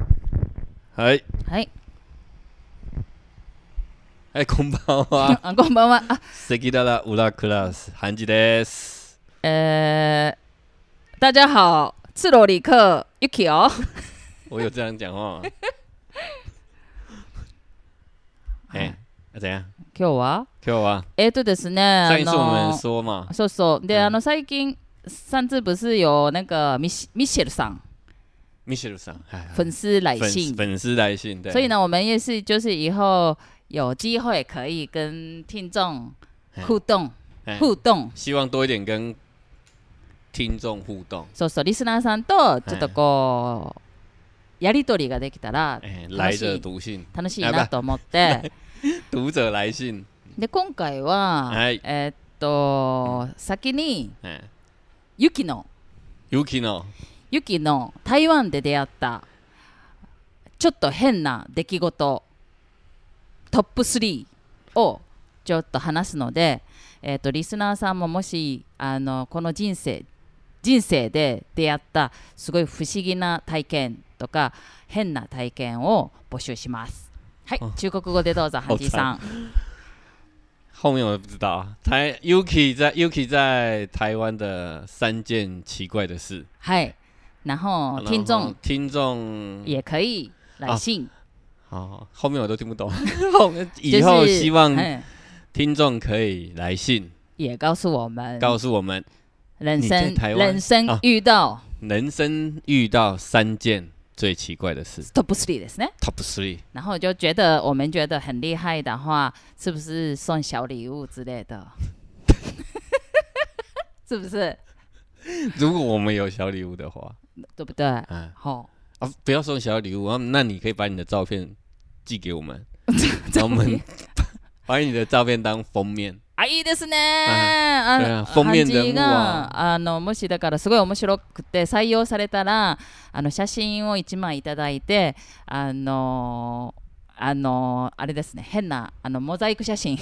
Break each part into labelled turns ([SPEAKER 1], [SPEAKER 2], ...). [SPEAKER 1] はい。
[SPEAKER 2] はい。
[SPEAKER 1] はい、こんばん は。
[SPEAKER 2] あ、こんばんは。あ、
[SPEAKER 1] セキララウラクラス、ハンジです。
[SPEAKER 2] 呃，大家好，赤裸里克 Yuki 哦。
[SPEAKER 1] 我有这样讲话吗？哎、啊怎样？
[SPEAKER 2] 今日は
[SPEAKER 1] 今日は
[SPEAKER 2] えっとですね、
[SPEAKER 1] 上一次我们
[SPEAKER 2] あの
[SPEAKER 1] 说嘛，
[SPEAKER 2] そうそう。で、
[SPEAKER 1] うん
[SPEAKER 2] あの最近上次不是有那个米西米歇尔さん
[SPEAKER 1] 米歇尔さん，哎
[SPEAKER 2] 粉丝来
[SPEAKER 1] 粉
[SPEAKER 2] 信，
[SPEAKER 1] 粉丝来信，对，
[SPEAKER 2] 所以呢，我们也是就是以后有机会可以跟听众
[SPEAKER 1] 哎
[SPEAKER 2] 互动
[SPEAKER 1] 哎
[SPEAKER 2] 互动。
[SPEAKER 1] 希望多一点跟听众互动，
[SPEAKER 2] そうそうリスナーさんとちょっとこうやり取りができたら
[SPEAKER 1] 哎、来者读信，
[SPEAKER 2] 楽しいなと思 って
[SPEAKER 1] 读者来信，
[SPEAKER 2] で今回は、
[SPEAKER 1] はい
[SPEAKER 2] えーっと先に
[SPEAKER 1] 哎、
[SPEAKER 2] ユキの
[SPEAKER 1] Yuki の
[SPEAKER 2] ユキの台湾で出会ったちょっと変な出来事トップ3をちょっと話すので、えーっとリスナーさんももしあのこの人生人生で出会ったすごい不思議な体験とか変な体験を募集します。はい
[SPEAKER 1] あ、
[SPEAKER 2] 中国語でどうぞ、ハンジーさん。
[SPEAKER 1] 后面我不知道啊，台 Yuki 在 Yuki 在台湾的三件奇怪的事，
[SPEAKER 2] はい。然后
[SPEAKER 1] 然后
[SPEAKER 2] 哦听众
[SPEAKER 1] 听众
[SPEAKER 2] 也可以
[SPEAKER 1] 啊
[SPEAKER 2] 来信，
[SPEAKER 1] 好，后面我都听不懂。 后面 以后
[SPEAKER 2] 就是
[SPEAKER 1] 希望
[SPEAKER 2] 哎
[SPEAKER 1] 听众可以来信
[SPEAKER 2] 也告诉我们
[SPEAKER 1] 告诉我们，
[SPEAKER 2] 人
[SPEAKER 1] 你在
[SPEAKER 2] 生
[SPEAKER 1] 台湾
[SPEAKER 2] 人生
[SPEAKER 1] 啊
[SPEAKER 2] 遇到
[SPEAKER 1] 人生遇到三件最奇怪的事
[SPEAKER 2] top three ですね。
[SPEAKER 1] ，Top Three。
[SPEAKER 2] 然后就觉得我们觉得很厉害的话，是不是送小礼物之类的？ 是不是？
[SPEAKER 1] 如果我们有小礼物的话，
[SPEAKER 2] 对不对？
[SPEAKER 1] 啊
[SPEAKER 2] 好，
[SPEAKER 1] 啊，不要送小礼物啊，那你可以把你的照片寄给我 们，然后我们 把你的照片当封面。
[SPEAKER 2] あいいです
[SPEAKER 1] い
[SPEAKER 2] ね。あ
[SPEAKER 1] や封面人物は
[SPEAKER 2] 漢字があのもしだからすごい面白くて採用されたらあの写真を一枚いただいてあのあのあれですね変なあのモザイク写 真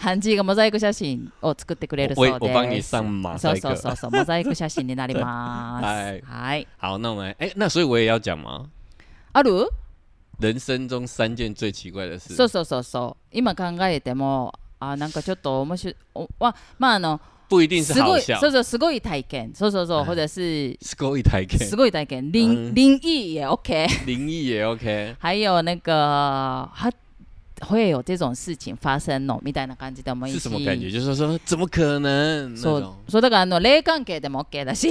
[SPEAKER 2] ハンジーがモザイク写真を作ってくれるそう
[SPEAKER 1] 我
[SPEAKER 2] です。
[SPEAKER 1] 我帮你上马
[SPEAKER 2] そ
[SPEAKER 1] 赛
[SPEAKER 2] うそう
[SPEAKER 1] 克。
[SPEAKER 2] そうそう モザイク写真になります。
[SPEAKER 1] はい
[SPEAKER 2] はい。
[SPEAKER 1] 好，那我们哎、那所以我也要讲嘛，
[SPEAKER 2] ある？
[SPEAKER 1] 人生中三件最奇怪的事。
[SPEAKER 2] そうそうそうそう。今考えてもあなんかちょっと面白いおわまああの
[SPEAKER 1] 不一定是
[SPEAKER 2] す
[SPEAKER 1] 好
[SPEAKER 2] ごい
[SPEAKER 1] 笑
[SPEAKER 2] そ，うそうすごい体験そうそうそう、
[SPEAKER 1] はい
[SPEAKER 2] 或 者是
[SPEAKER 1] すごい体験
[SPEAKER 2] す。ごい体験
[SPEAKER 1] う
[SPEAKER 2] 灵
[SPEAKER 1] ん
[SPEAKER 2] 灵异也 OK，
[SPEAKER 1] 灵异也 OK。
[SPEAKER 2] 还有那个他会有这种事情发生のみたいな感じでもい
[SPEAKER 1] 是
[SPEAKER 2] い
[SPEAKER 1] 什
[SPEAKER 2] し。
[SPEAKER 1] 么感觉？就是说，怎么可能那
[SPEAKER 2] そう
[SPEAKER 1] 种？
[SPEAKER 2] そうだからあの霊関係でも OK だし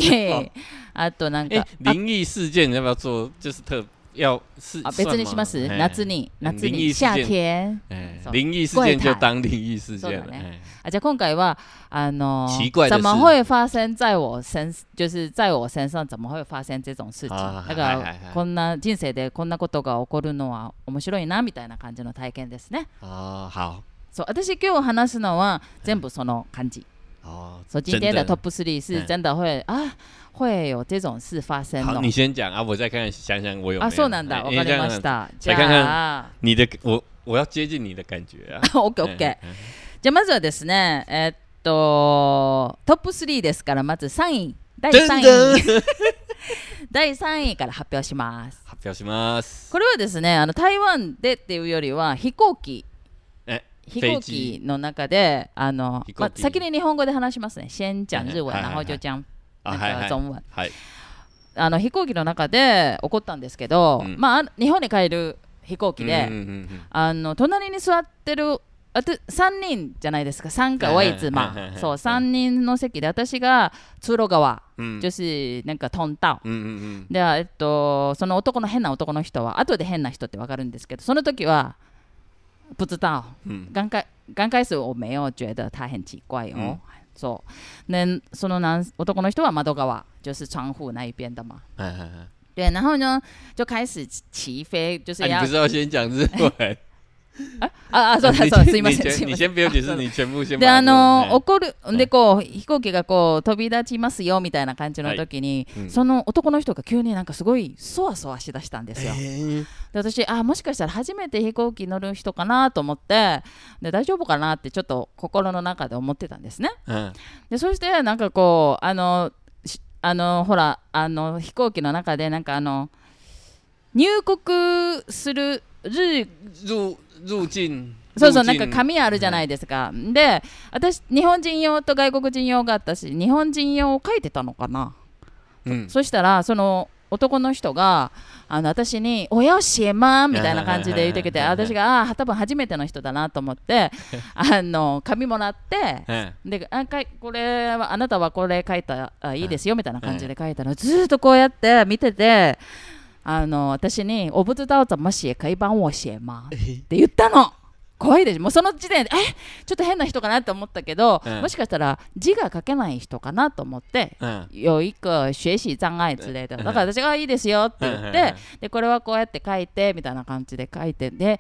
[SPEAKER 2] あとなん
[SPEAKER 1] 哎
[SPEAKER 2] か、あ
[SPEAKER 1] 灵异事件你要不要做？就是特要是
[SPEAKER 2] あ
[SPEAKER 1] 算
[SPEAKER 2] 別にし
[SPEAKER 1] 吗
[SPEAKER 2] ます
[SPEAKER 1] 哎
[SPEAKER 2] 夏に夏
[SPEAKER 1] 灵异
[SPEAKER 2] に
[SPEAKER 1] 事件
[SPEAKER 2] 夏天
[SPEAKER 1] 哎
[SPEAKER 2] そう
[SPEAKER 1] 灵异事件就
[SPEAKER 2] 怪谈
[SPEAKER 1] 当灵异事件
[SPEAKER 2] そう
[SPEAKER 1] 了。
[SPEAKER 2] だ
[SPEAKER 1] 哎
[SPEAKER 2] あじゃあ今回はあの
[SPEAKER 1] 奇怪的
[SPEAKER 2] 怎么
[SPEAKER 1] 事
[SPEAKER 2] 会发生在我身就是在我身上怎么会发生这种事情
[SPEAKER 1] あー
[SPEAKER 2] だか
[SPEAKER 1] はいはいは
[SPEAKER 2] ら
[SPEAKER 1] い
[SPEAKER 2] こんな人生でこんなことが起こるのは面白いなみたいな感じの体験ですね
[SPEAKER 1] 哦，好
[SPEAKER 2] そう私今日話すのは全部その感じ。
[SPEAKER 1] 哦，
[SPEAKER 2] そう今天的 top 3
[SPEAKER 1] う
[SPEAKER 2] 是
[SPEAKER 1] ん
[SPEAKER 2] 真的会啊会有这种事发生
[SPEAKER 1] 好，
[SPEAKER 2] の
[SPEAKER 1] 你先讲啊，我再看看想想我有没有
[SPEAKER 2] あそうなんだ。
[SPEAKER 1] 哎
[SPEAKER 2] わ
[SPEAKER 1] 因
[SPEAKER 2] か
[SPEAKER 1] 为这
[SPEAKER 2] り
[SPEAKER 1] 样
[SPEAKER 2] ました。じ
[SPEAKER 1] 再看看
[SPEAKER 2] ゃあ、
[SPEAKER 1] 你的我我要接近你的感觉啊。
[SPEAKER 2] オッケーオッケー。じゃあまずはですね、えっとトップ3ですからまず3位第
[SPEAKER 1] 真
[SPEAKER 2] 3位
[SPEAKER 1] 的，
[SPEAKER 2] 第3位から発表します。
[SPEAKER 1] 発表します。
[SPEAKER 2] これはですね、あの台湾でっていうよりは飛行機
[SPEAKER 1] え
[SPEAKER 2] 飛行機の中であの
[SPEAKER 1] 飛行機
[SPEAKER 2] まあ先に日本語で話しますね。先讲日文，
[SPEAKER 1] はいはいは
[SPEAKER 2] 然
[SPEAKER 1] い
[SPEAKER 2] 后就讲
[SPEAKER 1] 啊，
[SPEAKER 2] 那
[SPEAKER 1] 嗨
[SPEAKER 2] 个
[SPEAKER 1] 嗨
[SPEAKER 2] 中文。
[SPEAKER 1] 嗨，
[SPEAKER 2] あの飛行機の中で起こったんですけど、
[SPEAKER 1] うん
[SPEAKER 2] まああ、日本に帰る飛行機で、
[SPEAKER 1] 嗯嗯嗯
[SPEAKER 2] あの隣に座ってるあと3人じゃないですか3か
[SPEAKER 1] はいはい
[SPEAKER 2] ワイツマ
[SPEAKER 1] はいはいは
[SPEAKER 2] ン
[SPEAKER 1] い
[SPEAKER 2] そう3人の席で私が通路側、
[SPEAKER 1] 嗯嗯
[SPEAKER 2] 就是なんかトンタウン
[SPEAKER 1] 嗯嗯嗯，
[SPEAKER 2] で、えっと、その男の変な男の人は後で変な人ってわかるんですけどその時は不知道
[SPEAKER 1] 嗯
[SPEAKER 2] 刚开刚开始我没有觉得他很奇怪哦
[SPEAKER 1] 嗯，
[SPEAKER 2] そうねその男男の人は窓側就是窗户那一边的嘛。
[SPEAKER 1] 哎哎哎。
[SPEAKER 2] 对，然后呢，就开始起飞，就是
[SPEAKER 1] 啊、
[SPEAKER 2] 要
[SPEAKER 1] 你不是要先讲日文？
[SPEAKER 2] ああ、そう
[SPEAKER 1] 아,
[SPEAKER 2] そうそう、すいません、
[SPEAKER 1] 你
[SPEAKER 2] す
[SPEAKER 1] 先
[SPEAKER 2] い
[SPEAKER 1] 你
[SPEAKER 2] ません。
[SPEAKER 1] 先不用解
[SPEAKER 2] あそ
[SPEAKER 1] 释，
[SPEAKER 2] う
[SPEAKER 1] 你全部先
[SPEAKER 2] で、
[SPEAKER 1] 把它
[SPEAKER 2] あ
[SPEAKER 1] 弄。
[SPEAKER 2] の、
[SPEAKER 1] 哎
[SPEAKER 2] 怒る、んで、こう、飛行機がこう、飛び立ちますよ、みたいな感じの時に、
[SPEAKER 1] はいうん
[SPEAKER 2] その男の人が急になんかすごい、そわそわしだしたんですよ。
[SPEAKER 1] 哎
[SPEAKER 2] で、私、あ、もしかしたら初めて飛行機乗る人かなと思って、で、大丈夫かなって、ちょっと心の中で思ってたんですね。
[SPEAKER 1] 嗯
[SPEAKER 2] でそしてなんかこうあのしあのほらあの飛行機の中でなんかあの入国する日
[SPEAKER 1] 入入境
[SPEAKER 2] そうそう、な
[SPEAKER 1] 入境
[SPEAKER 2] んか紙あるじゃないですか。で、私、日本人用と外国人用があったし、日本人用を書いてたのかな。
[SPEAKER 1] うん
[SPEAKER 2] そしたら、その男の人が、あの私に、おやしえまんみたいな感じで言ってきて、
[SPEAKER 1] はい
[SPEAKER 2] あ
[SPEAKER 1] はいはいはい
[SPEAKER 2] 私が、ああ、多分初めての人だなと 思って、あの紙もらって、
[SPEAKER 1] はい
[SPEAKER 2] であかいこれはあなたはこれ書いたらあいいですよみたいな感じで書いたの、ずーっとこうやって見ててあの私に「おぶつだおざましえかいばんをしえま」
[SPEAKER 1] 네.
[SPEAKER 2] って言ったの怖いでしょもうその時点でえちょっと変な人かなって思ったけど、
[SPEAKER 1] うん
[SPEAKER 2] もしかしたら字が書けない人かなと思って。
[SPEAKER 1] うん
[SPEAKER 2] 有一个学習障碍之類だだから私がいいですよって言っ
[SPEAKER 1] うんうんう
[SPEAKER 2] て
[SPEAKER 1] ん
[SPEAKER 2] でこれはこうやって書いてみたいな感じで書いてで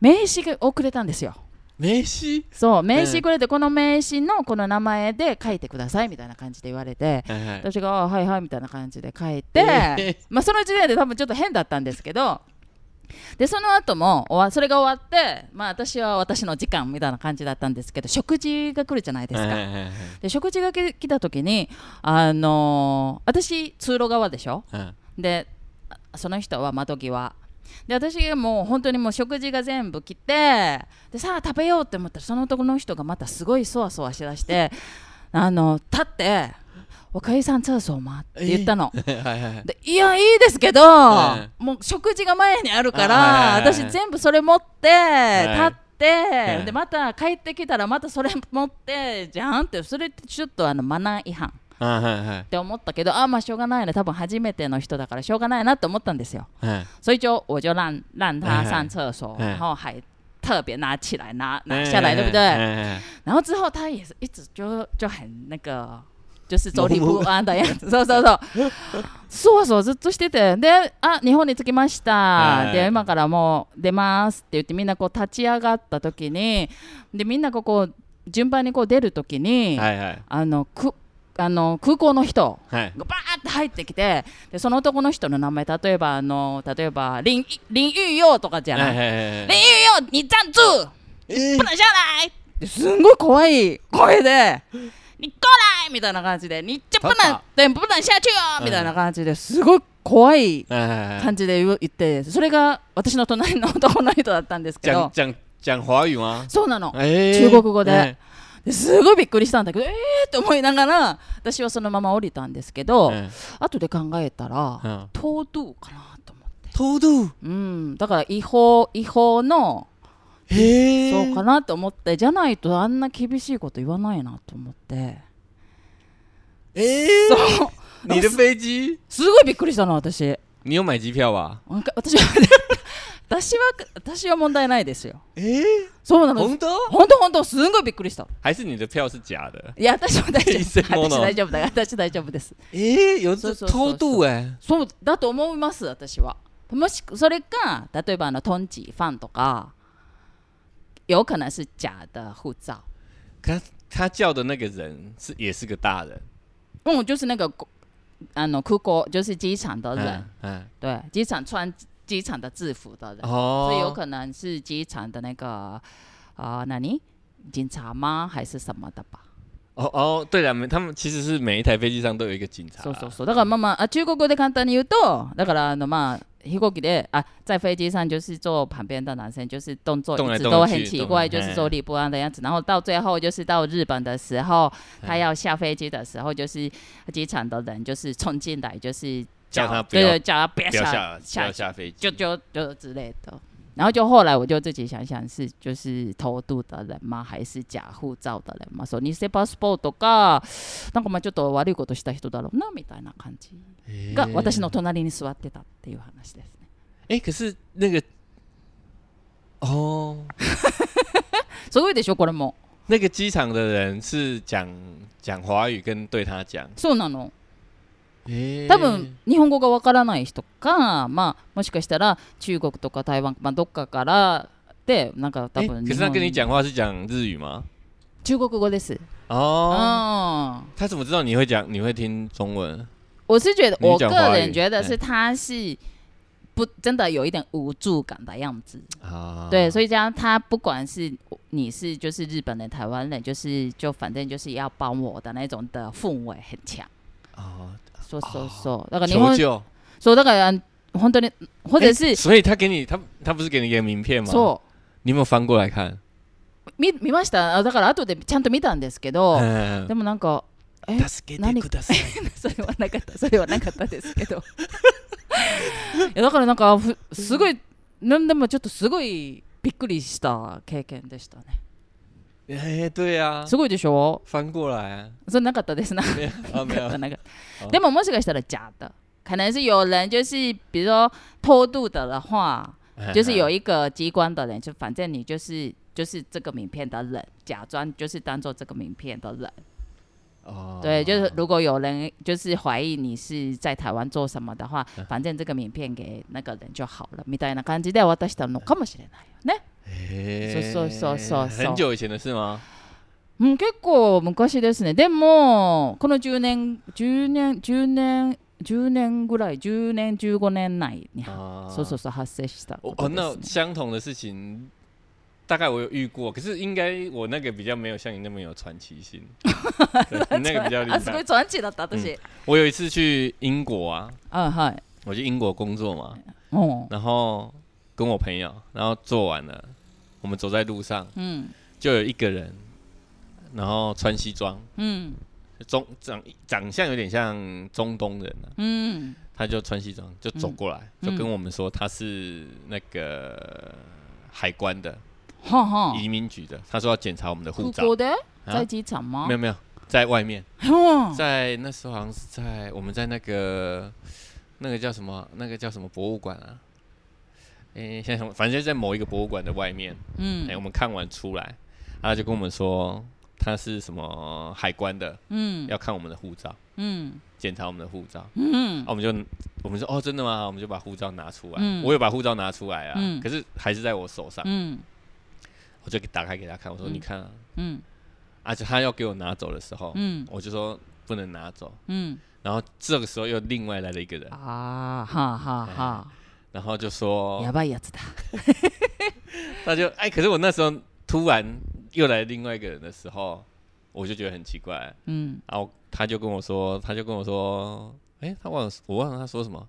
[SPEAKER 2] 名刺をくれたんですよ
[SPEAKER 1] 名刺
[SPEAKER 2] そう名刺くれて、この名刺のこの名前で書いてくださいみたいな感じで言われて、
[SPEAKER 1] はいはい
[SPEAKER 2] 私があはいはいみたいな感じで書いて、
[SPEAKER 1] え
[SPEAKER 2] まあ、その時点で多分ちょっと変だったんですけどでその後もおわそれが終わって、まあ、私は私の時間みたいな感じだったんですけど食事が来るじゃないですか。
[SPEAKER 1] はいはいはい
[SPEAKER 2] で食事が来来た時に、あのー私通路側でしょ
[SPEAKER 1] うん
[SPEAKER 2] であその人は窓際で私がもう本当にもう食事が全部来てでさあ食べようって思ったらその男の人がまたすごいそわそわしだしてあの立って「おかゆさんそうそうま」って言った
[SPEAKER 1] は
[SPEAKER 2] の。
[SPEAKER 1] いはいはい
[SPEAKER 2] でいやいいですけど、
[SPEAKER 1] え
[SPEAKER 2] もう食事が前にあるか
[SPEAKER 1] あ
[SPEAKER 2] ら、
[SPEAKER 1] はいはいはい
[SPEAKER 2] 私全部それ持って、
[SPEAKER 1] い
[SPEAKER 2] 立って、
[SPEAKER 1] い
[SPEAKER 2] でまた帰ってきたらまたそれ持ってじゃんってそれってちょっとあのマナー違反
[SPEAKER 1] あはいはい
[SPEAKER 2] って思ったけどあまあしょうがないな多分初めての人だからしょうがないなと思ったんですよ
[SPEAKER 1] はい
[SPEAKER 2] 所以就我就让让他上厕所，
[SPEAKER 1] 哎哎
[SPEAKER 2] 然后还特别拿起来拿拿
[SPEAKER 1] 哎
[SPEAKER 2] 下来，对不对？
[SPEAKER 1] 哎哎哎
[SPEAKER 2] 然后之后他也是一直就就很那个。就是坐立不安的样子，そうそうそう。そうそうずっとしてて、で、あ、日本に着きました。
[SPEAKER 1] い
[SPEAKER 2] で、今からもう出ますって言って、みんなこう立ち上がった時に、で、みんなここ順番にこう出る時に、
[SPEAKER 1] はいはい
[SPEAKER 2] あのくあの空港の人、
[SPEAKER 1] はい
[SPEAKER 2] がバーって入ってきてでその男の人の名前例えばあの例えば林林玉陽とかじゃない、
[SPEAKER 1] はいはいはいはい
[SPEAKER 2] 林玉陽に站住
[SPEAKER 1] え
[SPEAKER 2] 不能下来ですんごい怖い声で「你过来!」みたいな感じで「你这
[SPEAKER 1] パ
[SPEAKER 2] 不能
[SPEAKER 1] パ
[SPEAKER 2] 对不能下去よ!」
[SPEAKER 1] うん
[SPEAKER 2] みたいな感じですごい怖い
[SPEAKER 1] はいはいはい
[SPEAKER 2] 感じで言う言ってそれが私の隣の男の人だったんですけ
[SPEAKER 1] 讲
[SPEAKER 2] ど
[SPEAKER 1] 讲讲华语吗？
[SPEAKER 2] そうなの。
[SPEAKER 1] 哎
[SPEAKER 2] 中国語で
[SPEAKER 1] 哎
[SPEAKER 2] ですごいびっくりしたんだけどえーって思いながら私はそのまま降りたんですけど、
[SPEAKER 1] 嗯
[SPEAKER 2] 後で考えたら、
[SPEAKER 1] 嗯，
[SPEAKER 2] 東道かなと思
[SPEAKER 1] 偷
[SPEAKER 2] って
[SPEAKER 1] 渡，
[SPEAKER 2] うんだから違法違法の
[SPEAKER 1] 嘿，
[SPEAKER 2] そうかなと思ってじゃないとあんな厳しいこと言わないなと思って
[SPEAKER 1] 哎，
[SPEAKER 2] そう
[SPEAKER 1] 你的飞机，
[SPEAKER 2] すごいびっくりしたの私
[SPEAKER 1] 你有买机票吧？
[SPEAKER 2] なんか私は 私は私は問題ないですよ
[SPEAKER 1] 哎，
[SPEAKER 2] そうなの
[SPEAKER 1] 红的哦，
[SPEAKER 2] 本当本当すんごいびっくりした
[SPEAKER 1] 还是你的票是假的？
[SPEAKER 2] いや私は大丈
[SPEAKER 1] 一銭
[SPEAKER 2] 夫
[SPEAKER 1] も
[SPEAKER 2] 私
[SPEAKER 1] の
[SPEAKER 2] 大丈夫だよ私大丈夫です
[SPEAKER 1] 哎，有这
[SPEAKER 2] 是是
[SPEAKER 1] 偷渡哎，
[SPEAKER 2] そうだと思います私はもしそれか例えばあのトンチファンとか有可能是假的護照
[SPEAKER 1] 他他叫的那个人是也是个大人，
[SPEAKER 2] 嗯，就是那个公啊，那空港哦就是啊机场的人，
[SPEAKER 1] 嗯嗯，
[SPEAKER 2] 对，机场穿机场的制服的人，
[SPEAKER 1] 哦，
[SPEAKER 2] 啊所以有可能是机场的那个啊，那、你警察吗？还是什么的吧？
[SPEAKER 1] 哦哦，对了，每他们其实是每一台飞机上都有一个警察，
[SPEAKER 2] そうそうそう。だからまあまあ、あ啊中国語で簡単に言うと、だからあのまあ。飛行機で、あ、在飞机上就是坐旁边的男生，就是动作
[SPEAKER 1] 动来
[SPEAKER 2] 一直
[SPEAKER 1] 动
[SPEAKER 2] 都
[SPEAKER 1] 去
[SPEAKER 2] 很奇
[SPEAKER 1] 动
[SPEAKER 2] 怪，
[SPEAKER 1] 来
[SPEAKER 2] 就是
[SPEAKER 1] 哎
[SPEAKER 2] 坐立不安的样子。然后到最后就是到日本的时候，他
[SPEAKER 1] 哎
[SPEAKER 2] 要下飞机的时候，就是机场的人就是冲进来，就是
[SPEAKER 1] 叫他不
[SPEAKER 2] 对
[SPEAKER 1] 要
[SPEAKER 2] 对，叫他别
[SPEAKER 1] 不要
[SPEAKER 2] 下
[SPEAKER 1] 下不要下飞
[SPEAKER 2] 就
[SPEAKER 1] 机，
[SPEAKER 2] 就就之类的。然后就后来我就自己想想是就是偷渡的人吗？还是假护照的人吗？说你是 passport がなんかまあちょっと悪いことした人だろうなみたいな感じが
[SPEAKER 1] 哎
[SPEAKER 2] 私の隣に座ってたっていう話ですね。
[SPEAKER 1] 哎，可是那个哦，
[SPEAKER 2] すごいでしょこれも。
[SPEAKER 1] 那个机场的人是讲讲华语跟对他讲，
[SPEAKER 2] そうなの。
[SPEAKER 1] 诶
[SPEAKER 2] 多分日本語がわからない人か、まあもしかしたら中国とか台湾まあどっかからでなんか多
[SPEAKER 1] 诶
[SPEAKER 2] 分
[SPEAKER 1] 可
[SPEAKER 2] 日
[SPEAKER 1] 是他
[SPEAKER 2] 本
[SPEAKER 1] 跟你讲话是讲日语吗？
[SPEAKER 2] 中国語です。嗯
[SPEAKER 1] 哦，
[SPEAKER 2] うん。
[SPEAKER 1] 他怎么知道你会讲？你会听中文？
[SPEAKER 2] 我是觉得，
[SPEAKER 1] 你
[SPEAKER 2] 我
[SPEAKER 1] 讲
[SPEAKER 2] 个
[SPEAKER 1] 华
[SPEAKER 2] 人
[SPEAKER 1] 语哎
[SPEAKER 2] 觉得
[SPEAKER 1] 对
[SPEAKER 2] 是他是不真的有一点无助感的样子，
[SPEAKER 1] 啊，
[SPEAKER 2] 对，所以这样他不管是你是就是日本人、台湾人，就是就反正就是要帮我的那种的氛围很强。
[SPEAKER 1] 哦，
[SPEAKER 2] 说说说，那个你
[SPEAKER 1] 求
[SPEAKER 2] 会
[SPEAKER 1] 救，
[SPEAKER 2] 说那个本当に或者是、
[SPEAKER 1] 所以他给你，他他不是给你一个名片吗？
[SPEAKER 2] そう
[SPEAKER 1] 你有没有翻过来看？
[SPEAKER 2] 見見ましたあだから後でちゃんと見たんですけど、
[SPEAKER 1] 嗯
[SPEAKER 2] でもなんかえ
[SPEAKER 1] 助けてください。
[SPEAKER 2] それはなかったそれはなかったですけどいやだからなんかふすごいなんでもちょっとすごいびっくりした経験でしたね
[SPEAKER 1] 哎，对啊，
[SPEAKER 2] すごいでしょ
[SPEAKER 1] 翻过来 啊，
[SPEAKER 2] それなかったですな
[SPEAKER 1] 没有啊，没
[SPEAKER 2] なかった
[SPEAKER 1] 有，
[SPEAKER 2] なかっ
[SPEAKER 1] あ
[SPEAKER 2] たでももしかしたら假的可能是有人就是比如说偷渡的的话就是有一个机关的人就反正你就是就是这个名片的人假装就是当做这个名片的人
[SPEAKER 1] 哦，
[SPEAKER 2] 对，就是如果有人就是怀疑你是在台湾做什么的话，反正这个名片给那个人就好了，みたいな感じで渡したのかもしれないよね。
[SPEAKER 1] 哎
[SPEAKER 2] そうそうそうそう
[SPEAKER 1] 很久以前的事吗？
[SPEAKER 2] うん、結構昔ですね。でもこの10年、10年、10年、10年ぐらい、10年、15年内に、
[SPEAKER 1] 啊
[SPEAKER 2] そうそうそう発生した
[SPEAKER 1] 哦
[SPEAKER 2] こ
[SPEAKER 1] 哦，
[SPEAKER 2] とです
[SPEAKER 1] 那
[SPEAKER 2] ね。
[SPEAKER 1] 相同的事情，大概我有遇过，可是应该我那个比较没有像你那么有传奇 性，对你那个比较厉
[SPEAKER 2] あ、すご
[SPEAKER 1] 害
[SPEAKER 2] い。传奇だった私。
[SPEAKER 1] 我有一次去英国啊，
[SPEAKER 2] あ、はい。
[SPEAKER 1] 我去英国工作嘛，
[SPEAKER 2] うん。
[SPEAKER 1] 然后跟我朋友，然后做完了，我们走在路上，
[SPEAKER 2] うん。
[SPEAKER 1] 就有一个人，然后穿西装，
[SPEAKER 2] うん。
[SPEAKER 1] 中长长相有点像中东人啊，
[SPEAKER 2] うん。
[SPEAKER 1] 他就穿西装就走过来，
[SPEAKER 2] 嗯
[SPEAKER 1] 就跟我们说他是那个海关的、
[SPEAKER 2] はあは
[SPEAKER 1] 移民局的，他说要检查我们的
[SPEAKER 2] あ。
[SPEAKER 1] 护
[SPEAKER 2] 空
[SPEAKER 1] 照，
[SPEAKER 2] 港で
[SPEAKER 1] 啊
[SPEAKER 2] 在机场吗
[SPEAKER 1] 没？有没有，在外面，
[SPEAKER 2] 嗯
[SPEAKER 1] 在那时候好像是在我们在那个那个叫什么那个叫什么博物馆啊，诶、现在想反正就在某一个博物馆的外面，哎、我
[SPEAKER 2] 嗯
[SPEAKER 1] 们看完出来，他就跟我们说他是什么海关的，
[SPEAKER 2] 嗯
[SPEAKER 1] 要看我们的护照，
[SPEAKER 2] 嗯
[SPEAKER 1] 检查我们的护照。
[SPEAKER 2] 嗯
[SPEAKER 1] 啊，我们就我们说哦，真的吗？我们就把护照拿出来，
[SPEAKER 2] 嗯
[SPEAKER 1] 我有把护照拿出来啊，
[SPEAKER 2] 嗯
[SPEAKER 1] 可是还是在我手上，
[SPEAKER 2] 嗯
[SPEAKER 1] 我就给打开给他看，我说
[SPEAKER 2] 嗯
[SPEAKER 1] 你看啊，
[SPEAKER 2] 嗯
[SPEAKER 1] 而且他要给我拿走的时候，
[SPEAKER 2] 嗯
[SPEAKER 1] 我就说不能拿走，
[SPEAKER 2] 嗯
[SPEAKER 1] 然后这个时候又另外来了一个人，
[SPEAKER 2] 啊哈哈哈！
[SPEAKER 1] 然后就说
[SPEAKER 2] やばいやつだ。
[SPEAKER 1] 他就哎，可是我那时候突然又来另外一个人的时候，我就觉得很奇怪，
[SPEAKER 2] うん
[SPEAKER 1] 然后他就跟我说，他就跟我说，哎、他忘了我忘了他说什么，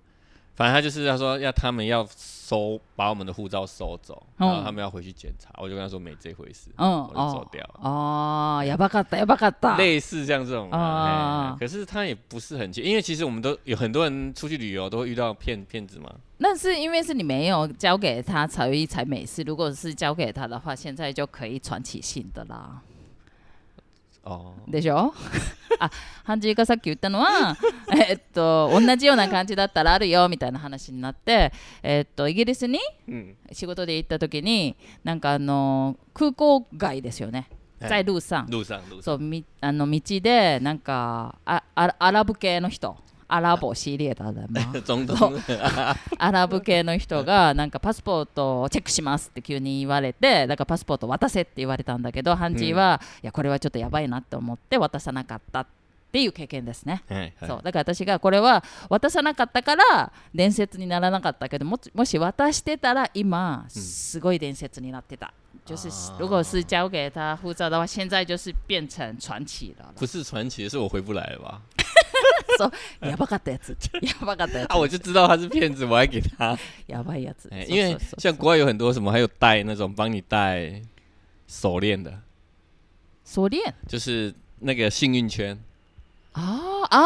[SPEAKER 1] 反正他就是他说要他们要收把我们的护照收走，
[SPEAKER 2] 嗯
[SPEAKER 1] 然后他们要回去检查，我就跟他说没这回事，
[SPEAKER 2] うん
[SPEAKER 1] 我就走掉
[SPEAKER 2] 哦
[SPEAKER 1] 了。
[SPEAKER 2] ああやばかったやばかった。
[SPEAKER 1] 类似像这种啊、
[SPEAKER 2] 啊
[SPEAKER 1] 哎可是他也不是很奇，因为其实我们都有很多人出去旅游都会遇到骗骗子嘛，
[SPEAKER 2] 那是因为是你没有交给他才会才美事，如果是交给他的话，现在就可以传奇性的啦。
[SPEAKER 1] 哦，
[SPEAKER 2] でしょあ、ハンジーがさっき言ったのは、えっと、同じような感じだったらあるよみたいな話になって、えっと、イギリスに
[SPEAKER 1] 嗯，
[SPEAKER 2] 仕事で行った時になんかあの空港街ですよね、
[SPEAKER 1] はい
[SPEAKER 2] 在路上
[SPEAKER 1] 路上路上，
[SPEAKER 2] そうみあの道でなんかああアラブ系の人アラボシリエだね、ま
[SPEAKER 1] 中东
[SPEAKER 2] あ、アラブ系の人がなんかパスポートをチェックしますって急に言われてだからパスポート渡せって言われたんだけどハンジーは、いやこれはちょっとやばいなと思って渡さなかったっていう経験ですね。
[SPEAKER 1] 哎，哎
[SPEAKER 2] そうだから私がこれは渡さなかったから伝説にならなかったけどももし渡してたら今すごい伝説になってた。就是
[SPEAKER 1] 啊
[SPEAKER 2] 如果是交给他护照的话，现在就是变成传奇了啦。
[SPEAKER 1] 不是传奇，是我回不来了吧？
[SPEAKER 2] やばかったやつ。やばかったやつ
[SPEAKER 1] 啊，。我就知道他是骗子，我还给他。
[SPEAKER 2] やばいやつ。
[SPEAKER 1] 哎、
[SPEAKER 2] そう
[SPEAKER 1] 因为
[SPEAKER 2] そうそう
[SPEAKER 1] 像国外有很多什么，还有戴那种帮你戴手链的，
[SPEAKER 2] ソリエン。
[SPEAKER 1] 就是那个幸运圈。
[SPEAKER 2] ああ。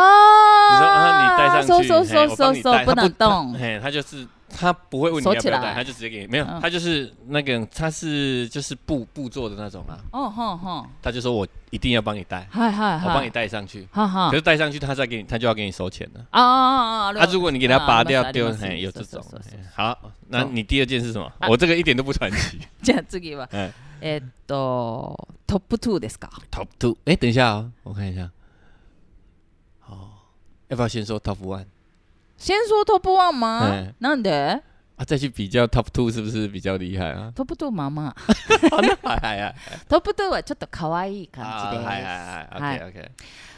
[SPEAKER 1] 你说啊，你戴上去，
[SPEAKER 2] そうそうそう
[SPEAKER 1] 嘿我
[SPEAKER 2] そ
[SPEAKER 1] 帮
[SPEAKER 2] う
[SPEAKER 1] 你
[SPEAKER 2] そう。
[SPEAKER 1] 戴，
[SPEAKER 2] 不
[SPEAKER 1] 他
[SPEAKER 2] 能
[SPEAKER 1] 不，
[SPEAKER 2] 动。
[SPEAKER 1] 嘿，他就是他不会问你
[SPEAKER 2] 锁
[SPEAKER 1] 要
[SPEAKER 2] 起
[SPEAKER 1] 不要戴，
[SPEAKER 2] 来
[SPEAKER 1] 他就直接给你，没有，
[SPEAKER 2] 嗯
[SPEAKER 1] 他就是那个他是就是布布做的那种啊，
[SPEAKER 2] うんほんほん。
[SPEAKER 1] 他就说我一定要帮你戴，
[SPEAKER 2] はいはい
[SPEAKER 1] 我
[SPEAKER 2] はい。
[SPEAKER 1] 帮你戴上去，
[SPEAKER 2] はは
[SPEAKER 1] 可是戴上去他再给你，他就要给你收钱了。
[SPEAKER 2] ああああ。
[SPEAKER 1] 啊！如果你给他拔
[SPEAKER 2] 啊
[SPEAKER 1] 掉
[SPEAKER 2] 那是
[SPEAKER 1] 丢，
[SPEAKER 2] 那是
[SPEAKER 1] 嘿，有
[SPEAKER 2] 是
[SPEAKER 1] 这
[SPEAKER 2] 是
[SPEAKER 1] 种
[SPEAKER 2] 是。是
[SPEAKER 1] 嘿好，那
[SPEAKER 2] 是
[SPEAKER 1] 你第二件是什么？
[SPEAKER 2] 啊
[SPEAKER 1] 我这个一点都不传奇。
[SPEAKER 2] じゃあ次は、
[SPEAKER 1] 嗯
[SPEAKER 2] えーっとトップ2ですか
[SPEAKER 1] Top Two，哎、等一下哦，我看一下。哦，要不要先说 Top One
[SPEAKER 2] 戦争トップ1吗、
[SPEAKER 1] 哎
[SPEAKER 2] なんで？
[SPEAKER 1] 啊？再去比较 Top Two 是不是比较厉害啊
[SPEAKER 2] トップ2まあまあ
[SPEAKER 1] 好，那还还还
[SPEAKER 2] トップ2はちょっと可愛い感
[SPEAKER 1] 啊，
[SPEAKER 2] じ
[SPEAKER 1] 还
[SPEAKER 2] で
[SPEAKER 1] 还
[SPEAKER 2] す、は
[SPEAKER 1] 还
[SPEAKER 2] い
[SPEAKER 1] OK OK。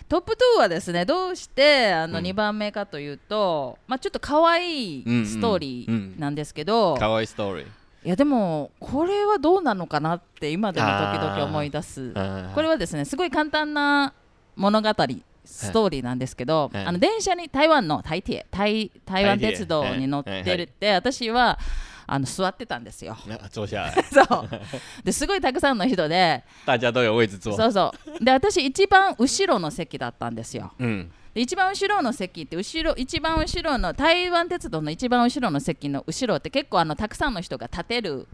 [SPEAKER 2] トップ2はですねどうしてあ
[SPEAKER 1] う
[SPEAKER 2] の
[SPEAKER 1] ん
[SPEAKER 2] 2番目かというと、まあちょっと可愛いストーリ
[SPEAKER 1] うんうんう
[SPEAKER 2] ー
[SPEAKER 1] ん
[SPEAKER 2] なんですけど、
[SPEAKER 1] 卡哇伊 Story，
[SPEAKER 2] いやでもこれはどうなのかなって今でも時々思い出す
[SPEAKER 1] 嗯，
[SPEAKER 2] これはですねすごい簡単な物語ストーリーなんですけど、
[SPEAKER 1] はい
[SPEAKER 2] あの電車に台湾の台鐵台台湾鉄道に乗ってるって、私はあの座ってたん ですよ。
[SPEAKER 1] 那坐下来，
[SPEAKER 2] そうですごいたくさんの人で
[SPEAKER 1] 大家都有位置坐。
[SPEAKER 2] そうそうで私一番後ろの席だったんですよ。
[SPEAKER 1] 嗯，
[SPEAKER 2] で一番後ろの席って後ろ一番後ろの台湾鉄道の一番後ろの席の後ろって結構あのたくさんの人が立てる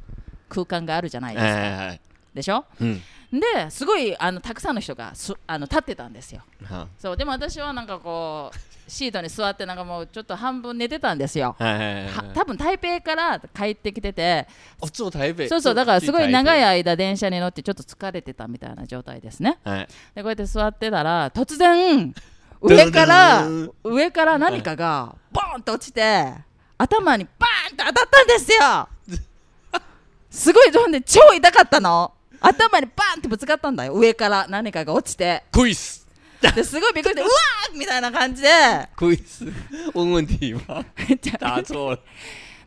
[SPEAKER 2] 空間があるじゃない
[SPEAKER 1] 哎
[SPEAKER 2] ですか、
[SPEAKER 1] 哎哎，
[SPEAKER 2] でしょ
[SPEAKER 1] 嗯，
[SPEAKER 2] ですごいあのたくさんの人がすあの立ってたんですよ
[SPEAKER 1] 哎好，
[SPEAKER 2] そうでも私はなんかこうシートに座ってなんかもうちょっと半分寝てたんですよ
[SPEAKER 1] 哎哎哎
[SPEAKER 2] は
[SPEAKER 1] 哎，
[SPEAKER 2] 多分台北から帰ってきてて
[SPEAKER 1] 哦，坐台北，
[SPEAKER 2] そうそうだからすごい長い
[SPEAKER 1] 呀。
[SPEAKER 2] 間電車に乗ってちょっと疲れてたみたいな状態ですね
[SPEAKER 1] 哎，
[SPEAKER 2] でこうやって座ってたら突然 上から
[SPEAKER 1] ドゥドゥ
[SPEAKER 2] 上から何かがボーンと落ちて頭にバーンと当たったんですよすごいほんで超痛かったの頭にバーンってぶつかったんだよ上から何かが落ちて
[SPEAKER 1] quiz
[SPEAKER 2] ですごいび っくりしてうわーみたいな感じで
[SPEAKER 1] quiz，问 问题吧，
[SPEAKER 2] めっちゃ
[SPEAKER 1] 答错了。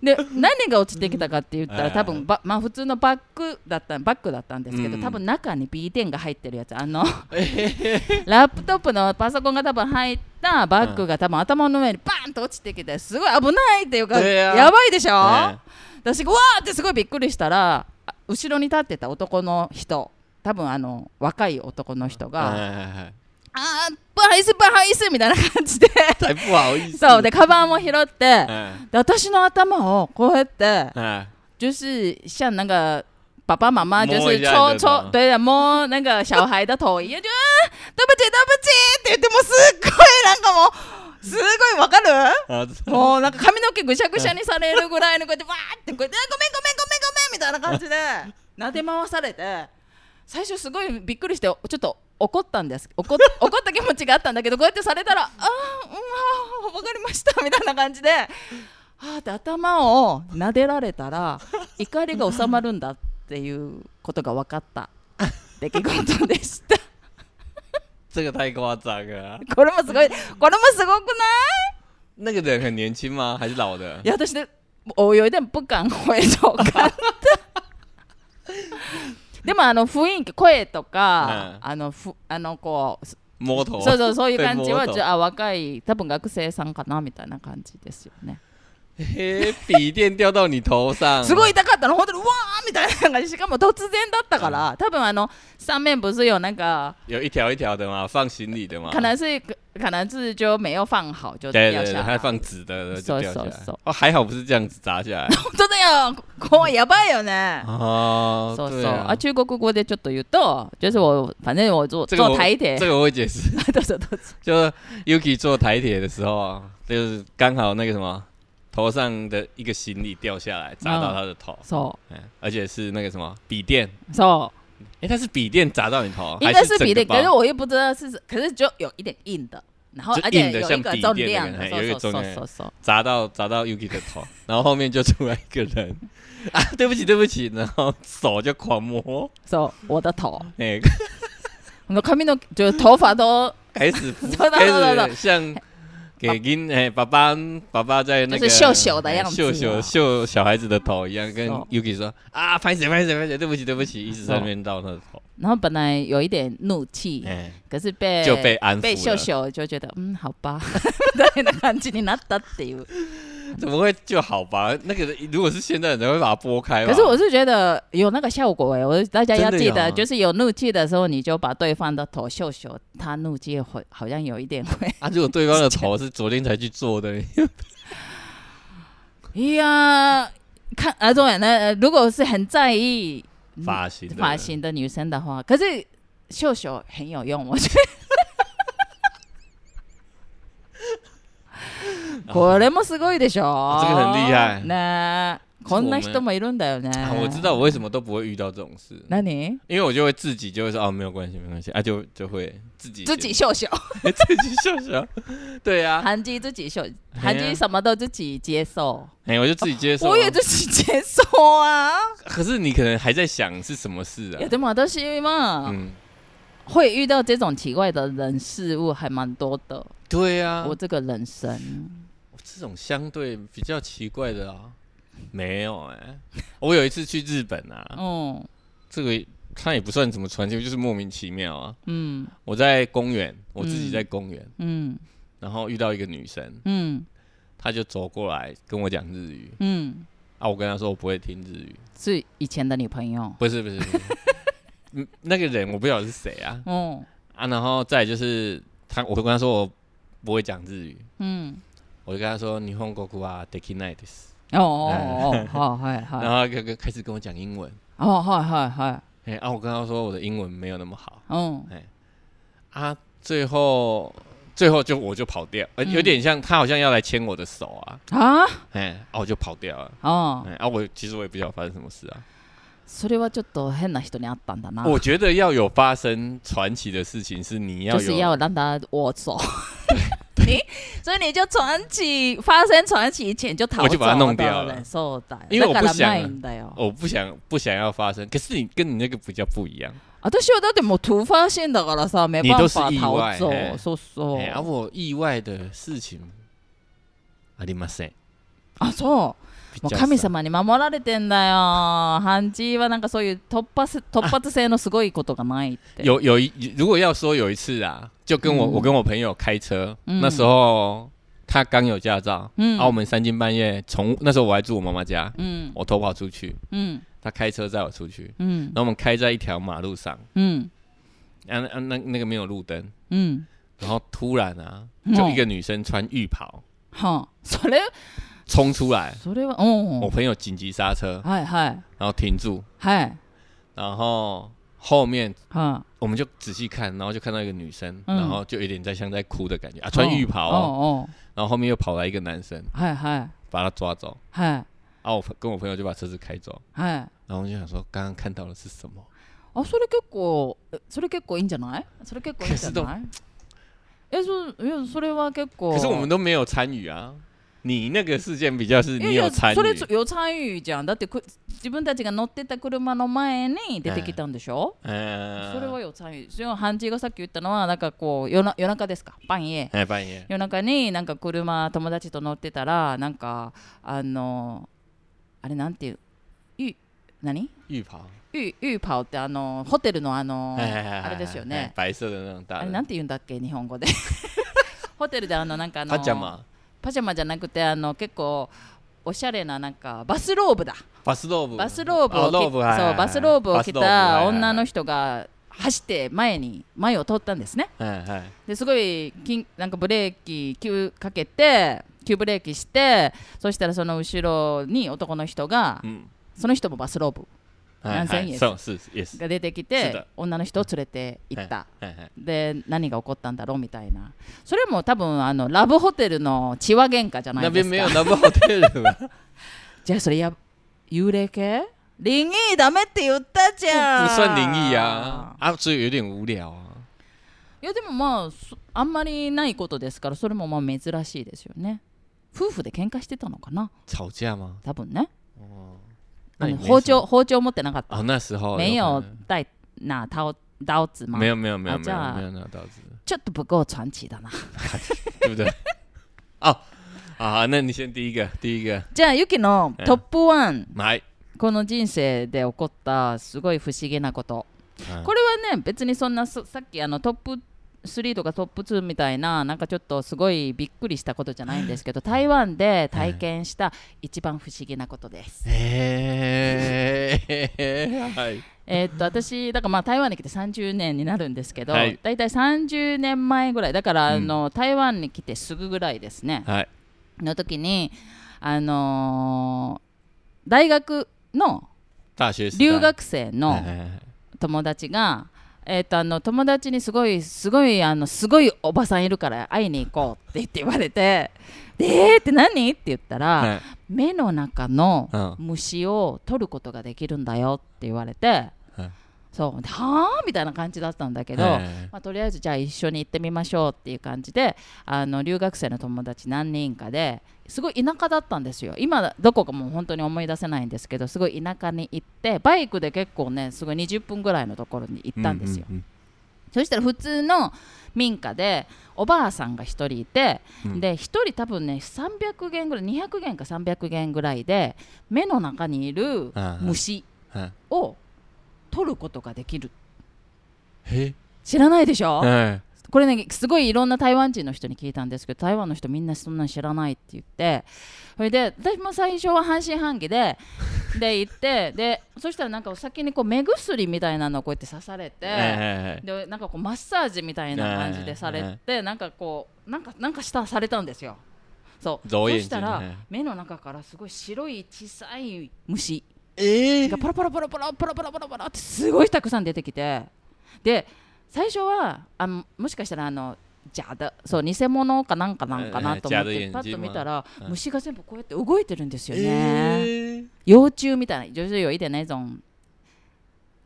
[SPEAKER 2] で何が落ちてきたかって言った
[SPEAKER 1] は
[SPEAKER 2] ら
[SPEAKER 1] いはい
[SPEAKER 2] 多分ばまあ普通のバッグだったバッグだったんですけど、
[SPEAKER 1] うん
[SPEAKER 2] 多分中に B 点が入ってるやつあの
[SPEAKER 1] 哎
[SPEAKER 2] ラップトップのパソコンが多分入ったバッグが多分頭の上にバーンと落ちてきてすごい危ないっていうか
[SPEAKER 1] いや
[SPEAKER 2] やばいでしょ、
[SPEAKER 1] ね
[SPEAKER 2] 私がわーってすごいびっくりしたらあ後ろに立ってた男の人多分あの若い男の人
[SPEAKER 1] 哎哎
[SPEAKER 2] が
[SPEAKER 1] 哎，
[SPEAKER 2] 「あー不好意思不好意思」みたいな感 じで
[SPEAKER 1] 才不好意思。
[SPEAKER 2] そうでカバンも拾って
[SPEAKER 1] 哎
[SPEAKER 2] で私の头をこうやって。
[SPEAKER 1] 哎，
[SPEAKER 2] 就是像那个爸爸妈妈，就
[SPEAKER 1] 摸
[SPEAKER 2] 是
[SPEAKER 1] 一下对吧
[SPEAKER 2] 戳戳，对的，摸那个小孩的头一样，就、啊、对不起，对不起って言ってもうすっごいなんかもうすごいわかる？
[SPEAKER 1] 好，
[SPEAKER 2] もうなんか髪の毛ぐしゃぐしゃにされるぐらいのこうやってわーってこうや ってあごめんごめんごめんごめんみたいな感じで撫で回されて最初すごいびっくりしてちょっと怒ったんです 怒っ怒った気持ちがあったんだけどこうやってされたらあーうんあーわかりましたみたいな感じであーって頭を撫でられたら怒りが収まるんだっていうことが分かった出来事でした。
[SPEAKER 1] 这个太夸张了啊。
[SPEAKER 2] これもすごいこれもすごくな
[SPEAKER 1] 那
[SPEAKER 2] い
[SPEAKER 1] 个人很年轻吗？还是老的
[SPEAKER 2] い？や私でおよいで不敢声とかでもあの雰囲気声とか、あのふあのこうそ
[SPEAKER 1] 摸头。啊
[SPEAKER 2] そうそうそういう感じは
[SPEAKER 1] 被摸
[SPEAKER 2] じ
[SPEAKER 1] 头
[SPEAKER 2] ゃあ若い多分学生さんかなみたいな感じですよね
[SPEAKER 1] 嘿，笔电掉到你头 上。
[SPEAKER 2] すごい痛かったの本当にうわーみたいな感じしかも突然だったから多分あの三面不是有なんか
[SPEAKER 1] 有一条一条的嘛，放行李的嘛。
[SPEAKER 2] 可能是可能是就没有放好就
[SPEAKER 1] 对
[SPEAKER 2] 掉
[SPEAKER 1] 对对，
[SPEAKER 2] 下来
[SPEAKER 1] 还放纸的就掉下
[SPEAKER 2] 手手
[SPEAKER 1] 来
[SPEAKER 2] 手。
[SPEAKER 1] 哦，还好不是这样子砸 下来。
[SPEAKER 2] 本当だよこうやばいよね
[SPEAKER 1] 哦，
[SPEAKER 2] そうそう
[SPEAKER 1] 对啊
[SPEAKER 2] あ中国語でちょっと言うと、就是我反正我坐
[SPEAKER 1] 这个
[SPEAKER 2] 坐
[SPEAKER 1] 我
[SPEAKER 2] 台铁
[SPEAKER 1] 这，个我会解释，
[SPEAKER 2] どうぞどうぞ。
[SPEAKER 1] 就是 Yuki 坐台铁的时候啊，就是刚好那个什么头上的一个行李掉下来，砸到他的头，
[SPEAKER 2] そ
[SPEAKER 1] 嗯，而且是那个什么笔电，
[SPEAKER 2] うそ
[SPEAKER 1] 哎，他是笔电砸到你头，啊
[SPEAKER 2] う，应
[SPEAKER 1] 还
[SPEAKER 2] 该
[SPEAKER 1] 是
[SPEAKER 2] 是比
[SPEAKER 1] 整个
[SPEAKER 2] 例，可是
[SPEAKER 1] 包？
[SPEAKER 2] 我又不知道是，可是就有一点硬的，然后
[SPEAKER 1] 就
[SPEAKER 2] 而且
[SPEAKER 1] 硬的
[SPEAKER 2] 有
[SPEAKER 1] 像
[SPEAKER 2] 一个
[SPEAKER 1] 笔
[SPEAKER 2] 重
[SPEAKER 1] 电的
[SPEAKER 2] 量
[SPEAKER 1] 感
[SPEAKER 2] 的，
[SPEAKER 1] 觉有一个
[SPEAKER 2] そうそう
[SPEAKER 1] 重量
[SPEAKER 2] そうそう。
[SPEAKER 1] 砸到砸到 Yuki 的头， 然后后面就出来一个人 啊，对不起对不起，然后手就狂摸，
[SPEAKER 2] そう、我的头，
[SPEAKER 1] 哎、
[SPEAKER 2] 我的髪の就是头发都
[SPEAKER 1] 开始扶
[SPEAKER 2] 走走
[SPEAKER 1] 开
[SPEAKER 2] 走走
[SPEAKER 1] 始像给您哎、爸爸爸爸在那个
[SPEAKER 2] 就是秀秀的
[SPEAKER 1] 哎
[SPEAKER 2] 样子
[SPEAKER 1] 秀秀
[SPEAKER 2] 啊
[SPEAKER 1] 秀小孩子的头一样，跟
[SPEAKER 2] 哦
[SPEAKER 1] Yuki 说啊，拍谁拍谁拍谁，对不起对不起，一直在那边到他的头，
[SPEAKER 2] 然后本来有一点怒气，
[SPEAKER 1] 哎、
[SPEAKER 2] 可是被
[SPEAKER 1] 就被安
[SPEAKER 2] 被
[SPEAKER 1] 抚
[SPEAKER 2] 秀
[SPEAKER 1] 了。
[SPEAKER 2] 秀就觉得嗯好吧 みたいな感じになったっていう。
[SPEAKER 1] 怎么会就好吧？那个人如果是现代人，会把它拨开吧？
[SPEAKER 2] 可是我是觉得有那个效果哎，我大家要记
[SPEAKER 1] 真的有
[SPEAKER 2] 得，
[SPEAKER 1] 啊
[SPEAKER 2] 就是有怒气的时候，你就把对方的头秀秀，他怒气会好像有一 点会。
[SPEAKER 1] 啊，如果对方的 头是昨天才去做
[SPEAKER 2] 嗯
[SPEAKER 1] 的，
[SPEAKER 2] 哎呀，看啊，当然呢，呃如果是很在意
[SPEAKER 1] 发型的啊
[SPEAKER 2] 发型的女生的话，可是秀秀很有用，我觉 得。これもすごいでしょ。
[SPEAKER 1] 这个很厉害
[SPEAKER 2] ねえ、こんな人もいるんだよね。
[SPEAKER 1] 啊，我知道我为什么都不会遇到这种事，
[SPEAKER 2] 何？
[SPEAKER 1] 因为我就会自己就会说啊，没有关系没关系，啊就就会自己
[SPEAKER 2] 自己秀秀。
[SPEAKER 1] 自己笑笑，对 啊，
[SPEAKER 2] 韩剧自己秀，
[SPEAKER 1] 呀
[SPEAKER 2] 韩剧什么都自己接受，
[SPEAKER 1] 哎、我就自己接受啊。
[SPEAKER 2] 我也自己接受啊。
[SPEAKER 1] 可是你可能还在想是什么事
[SPEAKER 2] いや
[SPEAKER 1] 啊？
[SPEAKER 2] でも私は
[SPEAKER 1] 嗯，
[SPEAKER 2] 会遇到这种奇怪的人事物还蛮多的，
[SPEAKER 1] 对啊，
[SPEAKER 2] 我
[SPEAKER 1] 我
[SPEAKER 2] 这个人生
[SPEAKER 1] 这种相对比较奇怪欸 的啊，没有哎、我有一次去日本啊，
[SPEAKER 2] 嗯
[SPEAKER 1] 这个看也不算怎么传奇，就是莫名其妙啊。
[SPEAKER 2] 嗯
[SPEAKER 1] 我在公园，我自己在公园，
[SPEAKER 2] 嗯
[SPEAKER 1] 然后遇到一个女生，
[SPEAKER 2] 嗯
[SPEAKER 1] 她就走过来跟我讲日语
[SPEAKER 2] 嗯，
[SPEAKER 1] 啊，我跟她说我不会听日语，
[SPEAKER 2] 是以前的女朋友。
[SPEAKER 1] 不是不是不是，嗯那个人我不晓得是谁啊
[SPEAKER 2] 哦，
[SPEAKER 1] 啊，然后再来就是她，我跟她说我不会讲日语，
[SPEAKER 2] うん。
[SPEAKER 1] 我就跟她说日本語はできないです。
[SPEAKER 2] おおおおはいはい
[SPEAKER 1] 然
[SPEAKER 2] は
[SPEAKER 1] 后他
[SPEAKER 2] い。
[SPEAKER 1] 就开始跟我讲英文，
[SPEAKER 2] あはいはいは
[SPEAKER 1] 哎、啊，我跟他说我的英文没有那么好
[SPEAKER 2] い。うん。
[SPEAKER 1] 啊，最后最后就我就跑掉，呃，
[SPEAKER 2] 嗯
[SPEAKER 1] 有点像他好像要来牵我的手啊，
[SPEAKER 2] あ
[SPEAKER 1] 哎、啊我就跑掉了，
[SPEAKER 2] あ。
[SPEAKER 1] 哎、啊我其实我也不知道发生什么事啊，
[SPEAKER 2] それはちょっと変な人に会ったんだな。
[SPEAKER 1] 我觉得要有发生传奇的事情是你要
[SPEAKER 2] 就是
[SPEAKER 1] 有，
[SPEAKER 2] 要让他我走。 你，所以你就传奇发生传奇以前就逃走
[SPEAKER 1] 我就把它弄掉了
[SPEAKER 2] 了。そうだよ。
[SPEAKER 1] 因为我不
[SPEAKER 2] だから
[SPEAKER 1] 想
[SPEAKER 2] ないんだよ。
[SPEAKER 1] 我不想不想要发生，可是你跟你那个比较不一样，
[SPEAKER 2] 私はだってもう突发性だからさ、没
[SPEAKER 1] 你都
[SPEAKER 2] 办
[SPEAKER 1] 是
[SPEAKER 2] 法
[SPEAKER 1] 意
[SPEAKER 2] 逃
[SPEAKER 1] 外
[SPEAKER 2] 走
[SPEAKER 1] 嘿。
[SPEAKER 2] そうそ
[SPEAKER 1] 哎、啊
[SPEAKER 2] う。
[SPEAKER 1] 我意外的事情ありません，
[SPEAKER 2] あ、そう。
[SPEAKER 1] 比
[SPEAKER 2] もう
[SPEAKER 1] 较
[SPEAKER 2] 神
[SPEAKER 1] 少
[SPEAKER 2] 様に守られてんだよ。ハンジはなんかそういう突発 突発性のすごいことがないって。
[SPEAKER 1] 有有一，如果要说有一次啊，就跟我、
[SPEAKER 2] 嗯
[SPEAKER 1] 我跟我朋友开车，
[SPEAKER 2] 嗯
[SPEAKER 1] 那时候他刚有驾照，
[SPEAKER 2] うん
[SPEAKER 1] 然后我们三更半夜从那时候我还住我妈妈家，
[SPEAKER 2] うん
[SPEAKER 1] 我偷跑出去，
[SPEAKER 2] うん
[SPEAKER 1] 他开车载我出去，
[SPEAKER 2] うん
[SPEAKER 1] 然后我们开在一条马路上，
[SPEAKER 2] うん
[SPEAKER 1] 啊那啊那那个没有路灯，
[SPEAKER 2] うん。
[SPEAKER 1] 然后突然啊，
[SPEAKER 2] 嗯
[SPEAKER 1] 就一个女生穿浴袍
[SPEAKER 2] はあ、それ
[SPEAKER 1] 冲出来，
[SPEAKER 2] それは、うん
[SPEAKER 1] 我朋友紧急刹车，
[SPEAKER 2] はいはい
[SPEAKER 1] 然后停住，
[SPEAKER 2] はい
[SPEAKER 1] 然后后面。
[SPEAKER 2] は
[SPEAKER 1] 我们就仔细看，然后就看到一个女生，
[SPEAKER 2] 嗯
[SPEAKER 1] 然后就有点在像在哭的感觉啊，
[SPEAKER 2] い。
[SPEAKER 1] 穿浴袍哦，
[SPEAKER 2] おうおう
[SPEAKER 1] 然后后面又跑来一个男生，
[SPEAKER 2] はいはい
[SPEAKER 1] 把他抓走，
[SPEAKER 2] はい
[SPEAKER 1] 啊，我朋跟我朋友就把车子开走，
[SPEAKER 2] はい。
[SPEAKER 1] 然后我就想说，刚刚看到的是什么？
[SPEAKER 2] あ、それ結構、えそれ結構いいんじゃないそれ結構いいんじゃないえ、そう、いやそれは結構。
[SPEAKER 1] 可是我们都没有参与啊。你那个事件比较是
[SPEAKER 2] いや
[SPEAKER 1] 你
[SPEAKER 2] い
[SPEAKER 1] 有
[SPEAKER 2] や
[SPEAKER 1] 参
[SPEAKER 2] それ
[SPEAKER 1] 与，
[SPEAKER 2] 予参与じゃんだってく自分たちが乗ってた車の前に出てきたんでしょ、
[SPEAKER 1] 嗯，
[SPEAKER 2] それは予参与そのハンジがさっき言ったのはなんかこう夜な夜中ですか半夜
[SPEAKER 1] 哎半夜，
[SPEAKER 2] 夜中になんか車友達と乗ってたらなんかあのあれなんていうゆ何
[SPEAKER 1] 浴袍，
[SPEAKER 2] ゆゆパオってあのホテルのあの
[SPEAKER 1] 哎哎哎
[SPEAKER 2] あれですよ
[SPEAKER 1] 哎
[SPEAKER 2] ね
[SPEAKER 1] 白色的那种大
[SPEAKER 2] あれな
[SPEAKER 1] 人，
[SPEAKER 2] んて言うんだっけ日本語でホテルであのなんかあの
[SPEAKER 1] 他讲嘛，
[SPEAKER 2] パジャマじゃなくてあの結構おしゃれななんかバスローブだ
[SPEAKER 1] 巴斯洛布，
[SPEAKER 2] バスローブを着
[SPEAKER 1] 哦，robe，哎
[SPEAKER 2] そうバスローブを着た女の
[SPEAKER 1] 人，
[SPEAKER 2] 人が走って前に前を通ったんですね。
[SPEAKER 1] 哎哎，
[SPEAKER 2] ですごい緊なんかブレーキ急かけて急ブレーキしてそしたらその後ろに男の人が
[SPEAKER 1] 嗯，
[SPEAKER 2] その人もバスローブ
[SPEAKER 1] 哎
[SPEAKER 2] 男生
[SPEAKER 1] 哎
[SPEAKER 2] 也是
[SPEAKER 1] 是是也是，
[SPEAKER 2] が出てき
[SPEAKER 1] そうだ
[SPEAKER 2] て女の人を連れて行った。
[SPEAKER 1] 哎哎，
[SPEAKER 2] で何が起こったんだろうみたいなそれも多分あのラブホテルの血は喧嘩じゃな
[SPEAKER 1] 那
[SPEAKER 2] い
[SPEAKER 1] 边
[SPEAKER 2] です
[SPEAKER 1] 没有
[SPEAKER 2] か
[SPEAKER 1] 那么好的人吗？
[SPEAKER 2] じゃあそれや幽霊系灵異ダメって言ったじゃん
[SPEAKER 1] 不算灵异啊，啊，所以有点无聊啊。
[SPEAKER 2] いやでもまあそあんまりないことですからそれもまあ珍しいですよね夫婦で喧嘩してたのかな
[SPEAKER 1] 吵架吗？
[SPEAKER 2] 多分ね
[SPEAKER 1] 那
[SPEAKER 2] あ
[SPEAKER 1] 你没
[SPEAKER 2] の包
[SPEAKER 1] 什么
[SPEAKER 2] 丁包丁持ってなかった
[SPEAKER 1] 哦，那时候
[SPEAKER 2] 没有
[SPEAKER 1] 可能
[SPEAKER 2] 带な刀刀子吗
[SPEAKER 1] 没有没有没有
[SPEAKER 2] 啊
[SPEAKER 1] 没
[SPEAKER 2] 这样
[SPEAKER 1] 有
[SPEAKER 2] 啊
[SPEAKER 1] 没有拿刀子，
[SPEAKER 2] ちょっと不够传奇だな
[SPEAKER 1] 对不对？哦，啊，那你先第一个，第一个
[SPEAKER 2] じゃあユキのトップワン
[SPEAKER 1] 来，
[SPEAKER 2] この人生で起こったすごい不思議なこと
[SPEAKER 1] 嗯
[SPEAKER 2] これはね別にそんなそさっきあのトップ3とかトップ2みたいななんかちょっとすごいびっくりしたことじゃないんですけど台湾で体験した一番不思議なことです。
[SPEAKER 1] 哎，嗨
[SPEAKER 2] えーっと私だからまあ台湾に来て30年になるんですけど、
[SPEAKER 1] はい
[SPEAKER 2] 大体30年前ぐらいだから
[SPEAKER 1] う
[SPEAKER 2] あ
[SPEAKER 1] ん
[SPEAKER 2] の、台湾に来てすぐぐらいですね
[SPEAKER 1] 嗨，
[SPEAKER 2] の時にあのー大学の
[SPEAKER 1] 大学时代
[SPEAKER 2] 留学生の、
[SPEAKER 1] 哎哎哎
[SPEAKER 2] 友達が、えー、とあの友達にすごいすごいあのすごいおばさんいるから会いに行こうって言って言われて「でえー、って何?」って言ったら、
[SPEAKER 1] 哎
[SPEAKER 2] 目の中の
[SPEAKER 1] 嗯
[SPEAKER 2] 虫を取ることができるんだよって言われて、
[SPEAKER 1] はい
[SPEAKER 2] そうではあみたいな感じだったんだけど、
[SPEAKER 1] 哎
[SPEAKER 2] まあ、とりあえずじゃあ一緒に行ってみましょうっていう感じであの留学生の友達何人かですごい田舎だったんですよ今どこかもう本当に思い出せないんですけどすごい田舎に行ってバイクで結構ねすごい20分ぐらいのところに行ったんですよ、
[SPEAKER 1] 嗯
[SPEAKER 2] そしたら普通の民家でおばあさんが1人いて、
[SPEAKER 1] 嗯
[SPEAKER 2] で1人多分ね300元ぐらい200元か300元ぐらいで目の中にいる
[SPEAKER 1] 嗯嗯
[SPEAKER 2] 虫
[SPEAKER 1] 嗯
[SPEAKER 2] を撮ることができる
[SPEAKER 1] へ
[SPEAKER 2] 知らないでしょ、
[SPEAKER 1] はい
[SPEAKER 2] これねすごいいろんな台湾人の人に聞いたんですけど台湾の人みんなそんなの知らないって言ってそれで私も最初は半信半 疑でで行ってでそしたらなんかお先にこう目薬みたいなのをこうやって刺されて。
[SPEAKER 1] はい
[SPEAKER 2] でなんかこうマッサージみたいな感じでされて、なんかこうなんかなんかしたされたんですよそう
[SPEAKER 1] ど
[SPEAKER 2] そう
[SPEAKER 1] いう
[SPEAKER 2] した
[SPEAKER 1] ね
[SPEAKER 2] ら目の中からすごい白い小さい虫
[SPEAKER 1] え
[SPEAKER 2] がパラパラパラパラパラパラパラパラってすごいたくさん出てきてで最初はあのもしかしたらあのじゃだそう偽物かなんかなんかなと思っ
[SPEAKER 1] うんうん
[SPEAKER 2] て
[SPEAKER 1] 邪
[SPEAKER 2] パ
[SPEAKER 1] 道
[SPEAKER 2] ッと見たら
[SPEAKER 1] うん
[SPEAKER 2] 虫が全部こうやって動いてるんですよね。
[SPEAKER 1] え
[SPEAKER 2] 幼虫みたいな就是有一点那种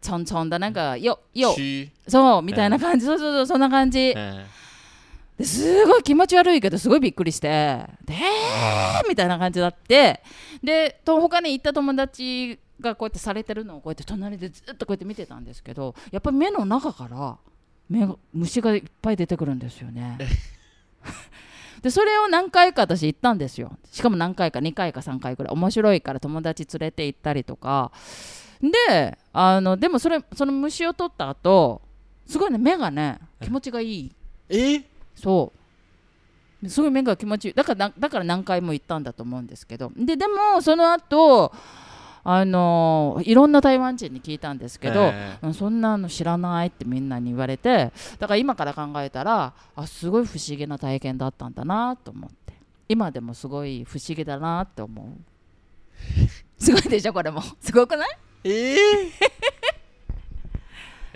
[SPEAKER 2] 虫虫的那个幼幼
[SPEAKER 1] 蛆
[SPEAKER 2] そうみたいな感じ、そうそうそうそんな感じ
[SPEAKER 1] うん
[SPEAKER 2] ですごい気持ち悪いけどすごいびっくりしてでえーみたいな感じだってでと他に行った友達がこうやってされてるのをこうやって隣でずっとこうやって見てたんですけどやっぱり目の中から目が虫がいっぱい出てくるんですよね。 でそれを何回か私行ったんですよしかも何回か2回か3回くらい面白いから友達連れて行ったりとかであのでもそれその虫を取った後すごいね目がね気持ちがいい
[SPEAKER 1] え
[SPEAKER 2] そうすごい目が気持ちいいだからなだから何回も行ったんだと思うんですけどででもその後あのいろんな台湾人に聞いたんですけど、
[SPEAKER 1] え
[SPEAKER 2] うんそんなの知らないってみんなに言われてだから今から考えたらあすごい不思議な体験だったんだなと思って今でもすごい不思議だなって思う すごいでしょこれもすごくない
[SPEAKER 1] え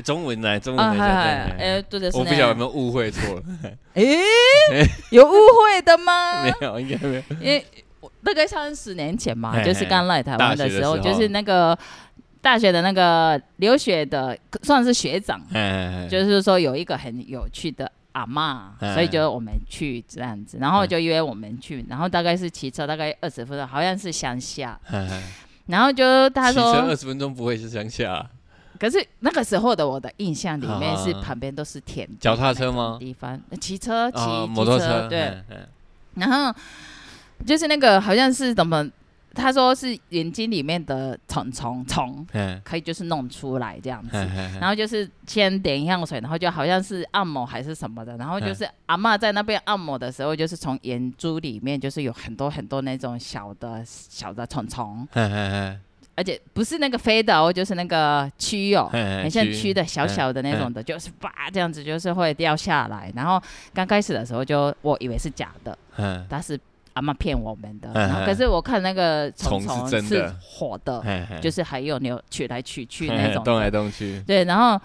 [SPEAKER 1] 中文来中文
[SPEAKER 2] あ
[SPEAKER 1] 来
[SPEAKER 2] はい
[SPEAKER 1] 讲
[SPEAKER 2] はい
[SPEAKER 1] 讲
[SPEAKER 2] え
[SPEAKER 1] 哎
[SPEAKER 2] ーっとです
[SPEAKER 1] 我不晓得有
[SPEAKER 2] ね
[SPEAKER 1] 没有误会错，
[SPEAKER 2] えー、有误会的吗
[SPEAKER 1] 没有，应该没有。
[SPEAKER 2] 因为大概三十年前嘛，
[SPEAKER 1] 嘿
[SPEAKER 2] 就是刚来台湾的时候，
[SPEAKER 1] 大学的时候
[SPEAKER 2] 就是那个大学的那个留学的，算是学长，
[SPEAKER 1] 哎，
[SPEAKER 2] 就是说有一个很有趣的阿嬷，
[SPEAKER 1] 嗯
[SPEAKER 2] 所以就我们去这样子，然后就约我们去，然后大概是骑车大概二十分钟，好像是乡下，然后就他
[SPEAKER 1] 骑车二
[SPEAKER 2] 说，
[SPEAKER 1] 十分钟不会是乡下啊，
[SPEAKER 2] 可是那个时候的我的印象里面是
[SPEAKER 1] 啊
[SPEAKER 2] 旁边都是田地
[SPEAKER 1] 脚踏车吗？
[SPEAKER 2] 地方，呃骑车骑
[SPEAKER 1] 啊，
[SPEAKER 2] 骑
[SPEAKER 1] 摩托
[SPEAKER 2] 车对。
[SPEAKER 1] 哎哎
[SPEAKER 2] 然后就是那个好像是怎么，他说是眼睛里面的虫虫虫，
[SPEAKER 1] 哎
[SPEAKER 2] 可以就是弄出来这样子。
[SPEAKER 1] 哎哎
[SPEAKER 2] 然后就是先点一样水，然后哎就好像是按摩还是什么的，然后就是阿嬷在那边按摩的时候，就是从眼珠里面就是有很多很多那种小的小的虫虫，
[SPEAKER 1] 哎哎
[SPEAKER 2] 而且不是那个飞的哦，就是那个蛆哦，
[SPEAKER 1] 哎，
[SPEAKER 2] 很像蛆的小小的那种的，就是叭这样子就是会掉下来。然后刚开始的时候就我以为是假的，
[SPEAKER 1] 嗯，
[SPEAKER 2] 他是阿妈骗我们的，
[SPEAKER 1] 嗯
[SPEAKER 2] 然后可是我看那个虫
[SPEAKER 1] 虫
[SPEAKER 2] 虫
[SPEAKER 1] 是真的
[SPEAKER 2] 是活的，
[SPEAKER 1] 哎哎
[SPEAKER 2] 就是还有扭取来取去
[SPEAKER 1] 哎
[SPEAKER 2] 那种
[SPEAKER 1] 动
[SPEAKER 2] 的，
[SPEAKER 1] 来动去，
[SPEAKER 2] 对，然后。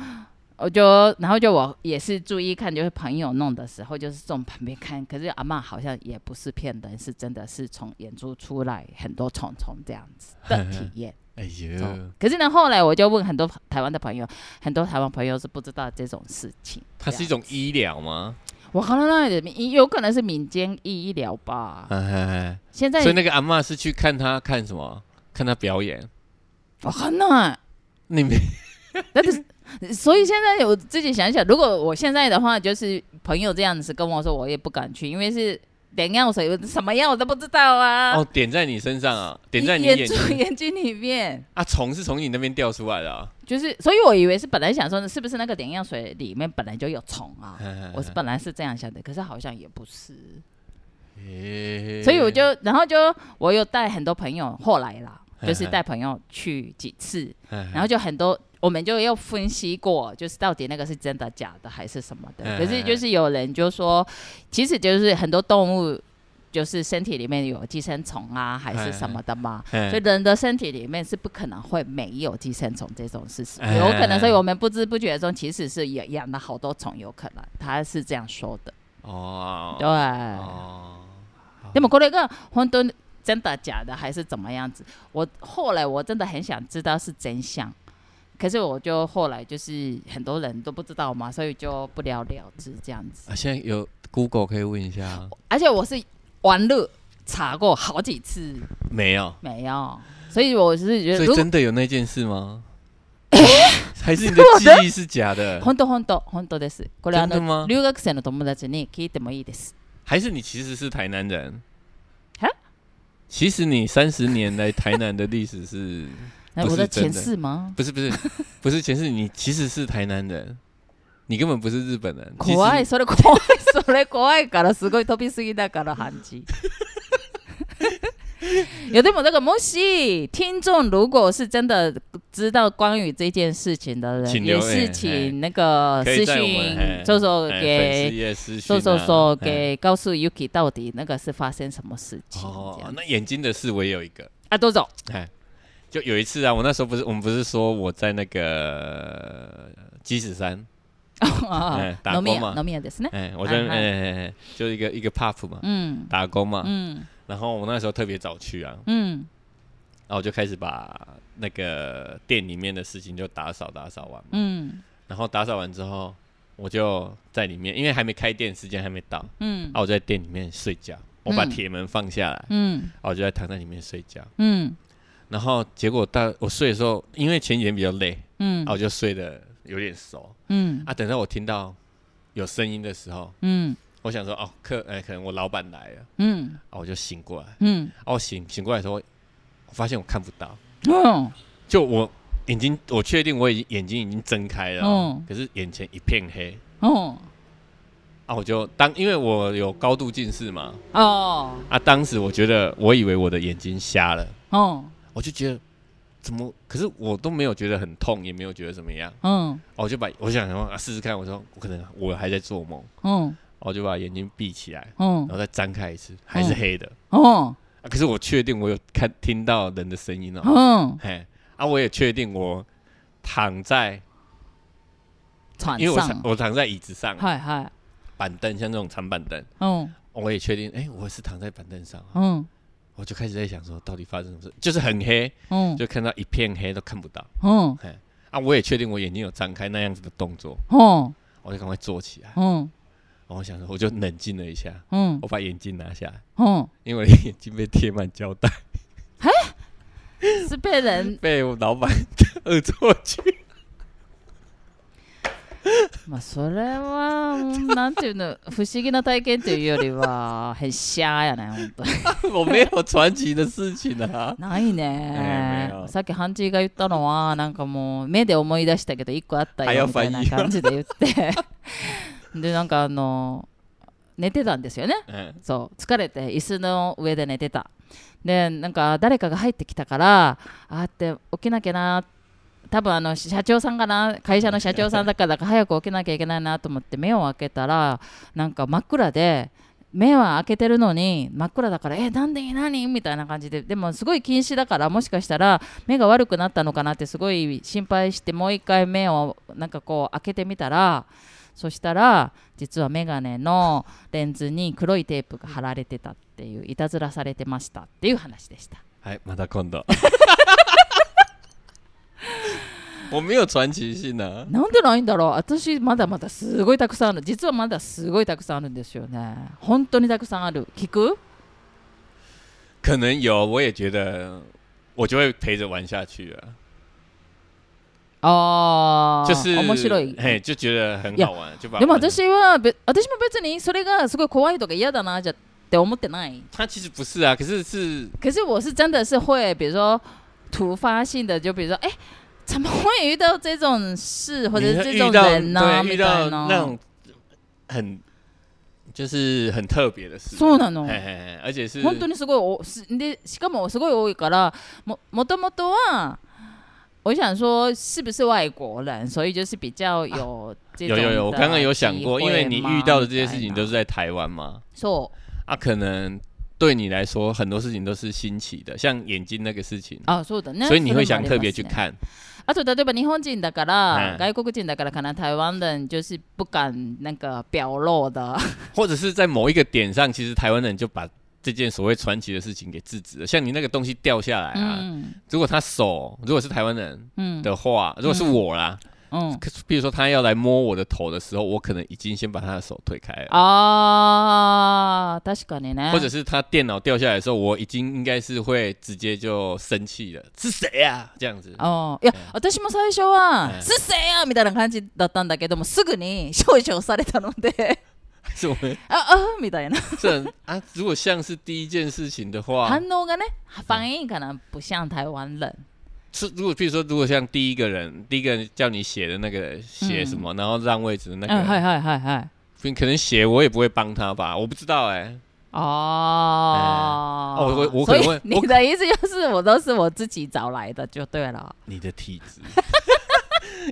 [SPEAKER 2] 我就，然后就我也是注意看，就是朋友弄的时候，就是从旁边看，可是阿嬷好像也不是骗人，是真的是从眼珠出来很多虫虫这样子的体验。
[SPEAKER 1] 哎
[SPEAKER 2] 哦
[SPEAKER 1] 呦，
[SPEAKER 2] 可是呢，后来我就问很多台湾的朋友，很多台湾朋友是不知道这种事情。
[SPEAKER 1] 它是一种医疗吗？
[SPEAKER 2] 我看到那里有可能是民间医疗吧，
[SPEAKER 1] 哎哎
[SPEAKER 2] 现在
[SPEAKER 1] 哎，所以那个阿嬷是去看他看什么？看他表演？
[SPEAKER 2] 我看到。
[SPEAKER 1] 你没
[SPEAKER 2] 但是，所以现在我自己想一想，如果我现在的话，就是朋友这样子跟我说，我也不敢去，因为是点药水，什么药我都不知道啊。
[SPEAKER 1] 哦，点在你身上啊，点在你
[SPEAKER 2] 眼
[SPEAKER 1] 眼
[SPEAKER 2] 珠
[SPEAKER 1] 睛
[SPEAKER 2] 眼睛里面，
[SPEAKER 1] 啊，虫是从你那边掉出来的啊。
[SPEAKER 2] 就是，所以我以为是本来想说，是不是那个点药水里面本来就有虫 啊？我是本来是这样想的，可是好像也不是，
[SPEAKER 1] 哎
[SPEAKER 2] 所以我就，然后就我有带很多朋友，后来 啦，就是
[SPEAKER 1] 嗯嗯
[SPEAKER 2] 带朋友去几次，
[SPEAKER 1] 哎
[SPEAKER 2] 然后就很多，我们就又分析过，就是到底那个是真的假的还是什么的。
[SPEAKER 1] 嗯
[SPEAKER 2] 可是就是有人就说，其实就是很多动物就是身体里面有寄生虫啊，还是什么的嘛。
[SPEAKER 1] 哎
[SPEAKER 2] 所以人的身体里面是不可能会没有寄生虫这种事实，
[SPEAKER 1] 嗯
[SPEAKER 2] 有可能，所以我们不知不觉中其实是也养了好多虫，有可能他是这样说的，
[SPEAKER 1] 哦
[SPEAKER 2] 对。
[SPEAKER 1] 哦，
[SPEAKER 2] でもこれが本当に真的假的还是怎么样子？我后来我真的很想知道是真相，可是我就后来就是很多人都不知道嘛，所以就不了了之这样子。
[SPEAKER 1] 啊，现在有 Google 可以问一下？啊
[SPEAKER 2] 而且我是网络查过好几次
[SPEAKER 1] 没有，
[SPEAKER 2] 没有，所以我是觉得
[SPEAKER 1] 所
[SPEAKER 2] 如
[SPEAKER 1] 以
[SPEAKER 2] 果
[SPEAKER 1] 真的有那件事吗？ 还是你的记忆是假的？
[SPEAKER 2] 本当本当本当です。これあ
[SPEAKER 1] 真的吗
[SPEAKER 2] の留学生の友達に聞いてもいいです。
[SPEAKER 1] 还是你其实是台南人
[SPEAKER 2] 哈？
[SPEAKER 1] 其实你三十年来台南的历史是
[SPEAKER 2] 那
[SPEAKER 1] 不
[SPEAKER 2] 我
[SPEAKER 1] 是
[SPEAKER 2] 的
[SPEAKER 1] 真
[SPEAKER 2] 前
[SPEAKER 1] 的
[SPEAKER 2] 世吗？
[SPEAKER 1] 不是不是不是，前世你其实是台南人，你根本不是日本人。其实
[SPEAKER 2] 怖い、それ怖い、 それ怖いから、すごい飛びすぎだから、ハ ンジ。いやでもだからもし听众如果是真的知道关于这件事情的人，
[SPEAKER 1] 请
[SPEAKER 2] 也
[SPEAKER 1] 留
[SPEAKER 2] 是
[SPEAKER 1] 言嘿
[SPEAKER 2] 请那个
[SPEAKER 1] 可以
[SPEAKER 2] 私
[SPEAKER 1] 在我
[SPEAKER 2] 信
[SPEAKER 1] 们嘿
[SPEAKER 2] 搜搜
[SPEAKER 1] 哎粉丝
[SPEAKER 2] 给
[SPEAKER 1] 页私讯
[SPEAKER 2] 搜
[SPEAKER 1] 啊
[SPEAKER 2] 搜搜
[SPEAKER 1] 哎
[SPEAKER 2] 给告诉 Yuki 到底那个是发生什么事情。这
[SPEAKER 1] 哦
[SPEAKER 2] 样，
[SPEAKER 1] 那眼睛的事我也有一个，
[SPEAKER 2] 啊，都走。
[SPEAKER 1] 哎，就有一次啊，我那时候不是我们不是说我在那个鸡屎山， 哎打
[SPEAKER 2] 飲み
[SPEAKER 1] 工
[SPEAKER 2] 屋
[SPEAKER 1] 嘛
[SPEAKER 2] 飲み屋ですね。
[SPEAKER 1] 哎，我在哎
[SPEAKER 2] 嗨嗨
[SPEAKER 1] 哎哎，就一个一个 pub 嘛，
[SPEAKER 2] 嗯
[SPEAKER 1] 打工嘛，
[SPEAKER 2] 嗯
[SPEAKER 1] 然后我那时候特别早去啊，
[SPEAKER 2] 嗯
[SPEAKER 1] 然后我就开始把那个店里面的事情就打扫打扫完嘛，
[SPEAKER 2] 嗯
[SPEAKER 1] 然后打扫完之后，我就在里面，因为还没开店，时间还没到，
[SPEAKER 2] 嗯
[SPEAKER 1] 啊，我就在店里面睡觉，我把
[SPEAKER 2] 嗯
[SPEAKER 1] 铁门放下来，
[SPEAKER 2] 嗯
[SPEAKER 1] 啊，我就在躺在里面睡觉，
[SPEAKER 2] 嗯
[SPEAKER 1] 然后结果到我睡的时候，因为前几天比较累，
[SPEAKER 2] 嗯
[SPEAKER 1] 啊，我就睡得有点熟，
[SPEAKER 2] 嗯
[SPEAKER 1] 啊，等到我听到有声音的时候，
[SPEAKER 2] 嗯
[SPEAKER 1] 我想说，哦，客，哎、可能我老板来了，
[SPEAKER 2] 嗯
[SPEAKER 1] 啊，我就醒过来，
[SPEAKER 2] 嗯
[SPEAKER 1] 啊，我醒醒过来的时候，我发现我看不到，
[SPEAKER 2] 嗯
[SPEAKER 1] 就我眼睛，我确定我已经眼睛已经睁开了哦、
[SPEAKER 2] 嗯
[SPEAKER 1] 可是眼前一片黑，
[SPEAKER 2] 哦
[SPEAKER 1] 啊，我就当因为我有高度近视嘛，
[SPEAKER 2] 哦
[SPEAKER 1] 啊，当时我觉得我以为我的眼睛瞎了，
[SPEAKER 2] 哦
[SPEAKER 1] 我就觉得怎么，可是我都没有觉得很痛，也没有觉得怎么样，
[SPEAKER 2] 嗯
[SPEAKER 1] 啊我就把我想说啊试试看，我说我可能我还在做梦，
[SPEAKER 2] 嗯
[SPEAKER 1] 啊我就把眼睛闭起来，然
[SPEAKER 2] 嗯
[SPEAKER 1] 后再张开一次，还是黑的，
[SPEAKER 2] 哦
[SPEAKER 1] 啊可是我确定我有看听到人的声音哦，
[SPEAKER 2] 嗯，
[SPEAKER 1] 嘿，啊，我也确定我躺在，
[SPEAKER 2] 船
[SPEAKER 1] 因为我躺
[SPEAKER 2] 上，
[SPEAKER 1] 我躺在椅子上，
[SPEAKER 2] はいはい。
[SPEAKER 1] 板凳像这种长板凳，
[SPEAKER 2] うん
[SPEAKER 1] 我也确定，哎、我是躺在板凳上啊，
[SPEAKER 2] うん
[SPEAKER 1] 我就开始在想说，到底发生什么事？就是很黑，
[SPEAKER 2] うん
[SPEAKER 1] 就看到一片黑都看不到
[SPEAKER 2] うん
[SPEAKER 1] 啊！我也确定我眼睛有张开那样子的动作，
[SPEAKER 2] うん
[SPEAKER 1] 我就赶快坐起来。然
[SPEAKER 2] うん
[SPEAKER 1] 后我想说，我就冷静了一下，
[SPEAKER 2] うん
[SPEAKER 1] 我把眼镜拿下来，
[SPEAKER 2] うん。
[SPEAKER 1] 因为我的眼睛被贴满胶带，
[SPEAKER 2] 是被人
[SPEAKER 1] 被我老板恶作剧。
[SPEAKER 2] まあそれはうんなんていうの不思議な体験というよりはへっしゃーやね本当に。。
[SPEAKER 1] 我没有传奇的事情啊
[SPEAKER 2] ない
[SPEAKER 1] え
[SPEAKER 2] ね
[SPEAKER 1] え、ないよ
[SPEAKER 2] さっきハンチーが言ったのはなんかもう目で思い出したけど一個あった
[SPEAKER 1] 早
[SPEAKER 2] よ
[SPEAKER 1] フ
[SPEAKER 2] みた
[SPEAKER 1] ァ
[SPEAKER 2] い
[SPEAKER 1] イ
[SPEAKER 2] な感じで言って でなんかあの寝てたんですよね
[SPEAKER 1] 嗯
[SPEAKER 2] そう疲れて椅子の上で寝てたでなんか誰かが入ってきたからあーって起きなきゃな多分あの社長さんかな会社の社長さんだからだから早く起きなきゃいけないなと思って目を開けたらなんか真っ暗で目は開けてるのに真っ暗だから「えなんで何?」みたいな感じででもすごい禁止だからもしかしたら目が悪くなったのかなってすごい心配してもう一回目をなんかこう開けてみたらそしたら実は眼鏡のレンズに黒いテープが貼られてたっていういたずらされてましたっていう話でした。
[SPEAKER 1] 哎，马达空的。 我没有传奇性啊，
[SPEAKER 2] なんでないんだろう私まだまだすごいたくさんある実はまだすごいたくさんあるんですよね本当にたくさんある聞く
[SPEAKER 1] 可能有，我也觉得我就会陪着玩下去了。
[SPEAKER 2] ああ
[SPEAKER 1] 就是
[SPEAKER 2] 面白い
[SPEAKER 1] 嘿，就觉得很好玩，就把
[SPEAKER 2] でも
[SPEAKER 1] 玩
[SPEAKER 2] 私はべ私も別にそれがすごい怖いとか嫌だなじゃって思ってない。
[SPEAKER 1] 他其实不是啊，可是是
[SPEAKER 2] 可是我是真的是会，比如说突发性的，就比如说，哎、怎么会遇到这种事或者
[SPEAKER 1] 你
[SPEAKER 2] 是
[SPEAKER 1] 会
[SPEAKER 2] 这
[SPEAKER 1] 遇
[SPEAKER 2] 种
[SPEAKER 1] 到
[SPEAKER 2] 人呢、
[SPEAKER 1] 对，遇
[SPEAKER 2] み
[SPEAKER 1] 到
[SPEAKER 2] たいな。
[SPEAKER 1] 那种很就是很特别的事，
[SPEAKER 2] そうなの
[SPEAKER 1] 嘿。嘿嘿，而且是
[SPEAKER 2] 本当にすごいおすでしかもすごい多いからももともとは我想说是不是外国人，所以就是比较有这啊
[SPEAKER 1] 有有有，我刚刚有想过，因为你遇到的这些事情都
[SPEAKER 2] 是
[SPEAKER 1] 是在台湾嘛，
[SPEAKER 2] そう
[SPEAKER 1] 啊，可能对你来说很多事情都是新奇的，像眼睛那个事情，
[SPEAKER 2] あそうだね。
[SPEAKER 1] 所以你会想
[SPEAKER 2] そ
[SPEAKER 1] 特
[SPEAKER 2] れもあ
[SPEAKER 1] 别
[SPEAKER 2] ります
[SPEAKER 1] 去
[SPEAKER 2] ね
[SPEAKER 1] 看，
[SPEAKER 2] あと例えば日本人だから、
[SPEAKER 1] 嗯
[SPEAKER 2] 外国人だからかな台湾人就是不敢那个表露的。
[SPEAKER 1] 或者是在某一个点上，其实台湾人就把。这件所谓传奇的事情给制止了，像你那个东西掉下来啊，
[SPEAKER 2] 嗯
[SPEAKER 1] 如果他手如果是台湾人
[SPEAKER 2] 嗯
[SPEAKER 1] 的话，如果是我啦，
[SPEAKER 2] 嗯
[SPEAKER 1] 可是比如说他要来摸我的头的时候，我可能已经先把他的手推开
[SPEAKER 2] 啊
[SPEAKER 1] 了，
[SPEAKER 2] あー確かにね。
[SPEAKER 1] 或者是他电脑掉下来的时候，我已经应该是会直接就生气了，是谁呀、啊？这样子，
[SPEAKER 2] うんいや、私も最初は
[SPEAKER 1] う
[SPEAKER 2] 「
[SPEAKER 1] ん
[SPEAKER 2] すっせーや!」みたいな感じだったんだけどもすぐに少々されたので
[SPEAKER 1] 是我们
[SPEAKER 2] ああみたいな
[SPEAKER 1] 这很啊，如果像是第一件事情的话，
[SPEAKER 2] 反応がね反应かな不像台湾人
[SPEAKER 1] 是如果譬如说，如果像第一个人，第一个人叫你写的那个写什么，然后让位置的那
[SPEAKER 2] うん、はい
[SPEAKER 1] 个，
[SPEAKER 2] はいはいはい。
[SPEAKER 1] 可能写我也不会帮他吧，我不知道哎、
[SPEAKER 2] 哦，
[SPEAKER 1] 哎哦我我可
[SPEAKER 2] 所
[SPEAKER 1] 能
[SPEAKER 2] 以
[SPEAKER 1] 会
[SPEAKER 2] 你的意思就是我都是我自己找来的就对了。
[SPEAKER 1] 你的体质。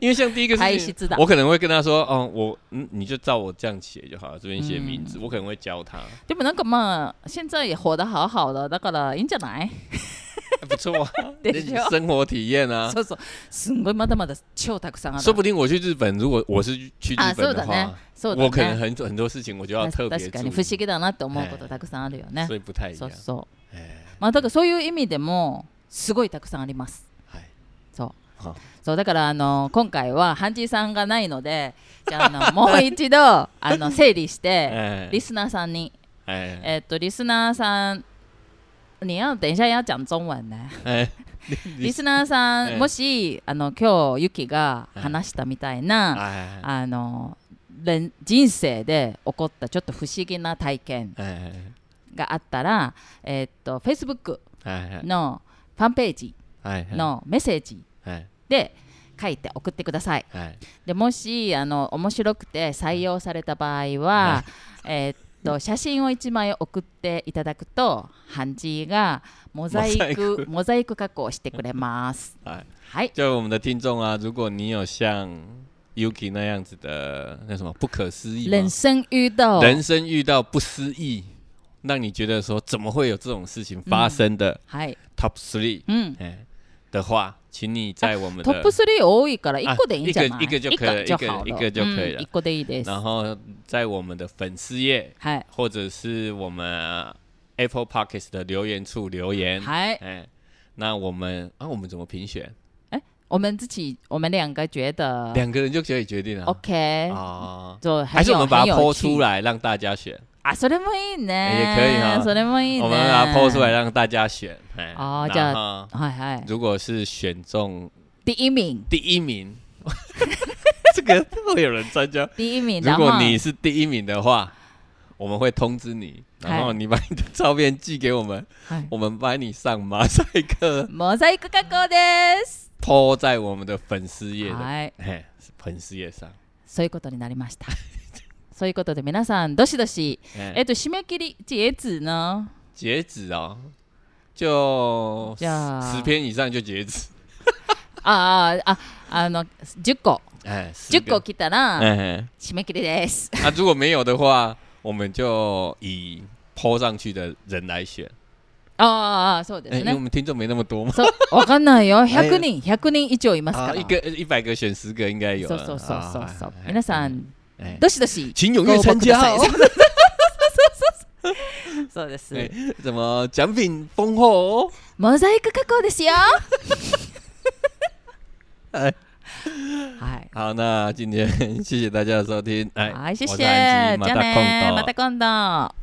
[SPEAKER 1] 因为像第一个
[SPEAKER 2] 还
[SPEAKER 1] 事
[SPEAKER 2] 是
[SPEAKER 1] 情
[SPEAKER 2] 知道，
[SPEAKER 1] 我可能会跟他说，哦，我嗯，你就照我这样写就好了，这边写名
[SPEAKER 2] 嗯
[SPEAKER 1] 字，我可能会教 他，哎
[SPEAKER 2] でもなんかまあ現在活得好好的，だからいいんじゃない？，
[SPEAKER 1] 哎不错啊
[SPEAKER 2] 对就
[SPEAKER 1] 生活体验 啊，
[SPEAKER 2] そうそう。すんごいまだまだ超たくさんある。
[SPEAKER 1] 说不定我去日本，如果我是去
[SPEAKER 2] あ
[SPEAKER 1] 日
[SPEAKER 2] そ
[SPEAKER 1] 本
[SPEAKER 2] う
[SPEAKER 1] 的
[SPEAKER 2] だね
[SPEAKER 1] 话，。
[SPEAKER 2] そうだね。
[SPEAKER 1] 我可能很多很多事情我就要特别
[SPEAKER 2] 確
[SPEAKER 1] 注
[SPEAKER 2] か
[SPEAKER 1] 意
[SPEAKER 2] に不思議だなって思うこと
[SPEAKER 1] ええ
[SPEAKER 2] たくさんあるよね。
[SPEAKER 1] 所以不太一
[SPEAKER 2] そ
[SPEAKER 1] 样
[SPEAKER 2] う。そう。
[SPEAKER 1] 哎，
[SPEAKER 2] まあだからそういう意味でもすごいたくさんあります。
[SPEAKER 1] 嗨
[SPEAKER 2] そう
[SPEAKER 1] 好。
[SPEAKER 2] そうだからあの今回はハンジーさんがないので、じゃああのもう 一度あの整理して
[SPEAKER 1] 哎
[SPEAKER 2] リスナーさんに
[SPEAKER 1] 哎
[SPEAKER 2] えっとリスナーさん你要等一下要讲中文ね。
[SPEAKER 1] 哎，
[SPEAKER 2] リスナーさ
[SPEAKER 1] え
[SPEAKER 2] ん
[SPEAKER 1] え
[SPEAKER 2] もしあの今日ユキが話したみたいな。
[SPEAKER 1] 哎
[SPEAKER 2] あのれん人生で起こったちょっと不思議な体験
[SPEAKER 1] 哎
[SPEAKER 2] があったら、えーっと Facebook
[SPEAKER 1] 哎
[SPEAKER 2] のファンページ
[SPEAKER 1] 哎
[SPEAKER 2] のメッセージ
[SPEAKER 1] 哎
[SPEAKER 2] で書いて送ってください。
[SPEAKER 1] 哎
[SPEAKER 2] でもしあの面白くて採用された場合は、えーっ と写真を1枚送っていただくとハンジーがモザイクモザイク加工してくれます。
[SPEAKER 1] 哎，
[SPEAKER 2] はい、
[SPEAKER 1] 就我们的听众啊，如果你有像 Yuki 那样子的那什么不可思议吗
[SPEAKER 2] 人生哦遇到
[SPEAKER 1] 人生遇到不思议，让你觉得说怎么会有这种事情发生的
[SPEAKER 2] はい、
[SPEAKER 1] Top Three
[SPEAKER 2] うん。
[SPEAKER 1] 哎的话，请你在我们
[SPEAKER 2] ト
[SPEAKER 1] 的
[SPEAKER 2] ップ3多いから1個でいいんじゃない
[SPEAKER 1] あ一個一個就可以了
[SPEAKER 2] 一個就好了
[SPEAKER 1] 一個一個就可以了
[SPEAKER 2] うん一個でいいです。
[SPEAKER 1] 然后在我们的粉丝页
[SPEAKER 2] はい。
[SPEAKER 1] 或者是我们 Apple Podcast 的留言处留言。
[SPEAKER 2] はい。
[SPEAKER 1] 哎，那我们啊，我们怎么评选？
[SPEAKER 2] 我们自己，我 们两个觉得
[SPEAKER 1] 两个人就可以决定了。
[SPEAKER 2] 啊 OK，
[SPEAKER 1] 啊，
[SPEAKER 2] 就
[SPEAKER 1] 还是我们把它剖出
[SPEAKER 2] 来
[SPEAKER 1] 来让大家选，
[SPEAKER 2] 啊？それもいいね。
[SPEAKER 1] 也可以哈
[SPEAKER 2] それもいいね。
[SPEAKER 1] 我们把它剖出来让大家选。哎，
[SPEAKER 2] 哦这样
[SPEAKER 1] 然后
[SPEAKER 2] はいはい。
[SPEAKER 1] 如果是选中
[SPEAKER 2] 第一名，
[SPEAKER 1] 第一 名，这个会有人参加。
[SPEAKER 2] 第一名。
[SPEAKER 1] 如
[SPEAKER 2] 然
[SPEAKER 1] 果
[SPEAKER 2] 后
[SPEAKER 1] 你是第一名的话，我们会通知你，
[SPEAKER 2] 哎
[SPEAKER 1] 然后你把你的照片寄给我们，
[SPEAKER 2] はい
[SPEAKER 1] 我们帮你上马赛克
[SPEAKER 2] モザイク加工です。
[SPEAKER 1] 抛在我们的粉丝页的，
[SPEAKER 2] はい。
[SPEAKER 1] 嘿，粉丝页上。
[SPEAKER 2] そういうことになりました。 そういうことで皆さんどしどし。
[SPEAKER 1] 哎
[SPEAKER 2] えっと締め切り截止呢？
[SPEAKER 1] 截止哦，就
[SPEAKER 2] じゃあ
[SPEAKER 1] 十篇以上就截止。
[SPEAKER 2] ああああの10個
[SPEAKER 1] 哎，十
[SPEAKER 2] 10個
[SPEAKER 1] 个。
[SPEAKER 2] 来たら
[SPEAKER 1] 哎，
[SPEAKER 2] 締め切りです。
[SPEAKER 1] 那、啊如果没有的话，我们就以抛上去的人来选。
[SPEAKER 2] ああああそうで
[SPEAKER 1] 哎，
[SPEAKER 2] す
[SPEAKER 1] 因为我
[SPEAKER 2] ね。
[SPEAKER 1] 们听众没那么多嘛。
[SPEAKER 2] そうわかん ないよ。100人100人以上いますか
[SPEAKER 1] 啊，
[SPEAKER 2] ら。
[SPEAKER 1] 一个一百个选十个应该有
[SPEAKER 2] そ
[SPEAKER 1] 啊。
[SPEAKER 2] うそうそうそう
[SPEAKER 1] 啊
[SPEAKER 2] そう。皆さ、ん
[SPEAKER 1] 哎哎
[SPEAKER 2] どしどし。
[SPEAKER 1] 请踊跃参加哦！
[SPEAKER 2] そうで す。
[SPEAKER 1] 哎什么奖品丰厚哦！
[SPEAKER 2] モザイク加工ですよ。
[SPEAKER 1] 哎
[SPEAKER 2] はい。
[SPEAKER 1] 好，那今天 谢谢大家的收听，哎，
[SPEAKER 2] はい、谢
[SPEAKER 1] 我是
[SPEAKER 2] 谢。じゃ
[SPEAKER 1] 安吉马达
[SPEAKER 2] あ
[SPEAKER 1] 空
[SPEAKER 2] ね、
[SPEAKER 1] 岛
[SPEAKER 2] また今度。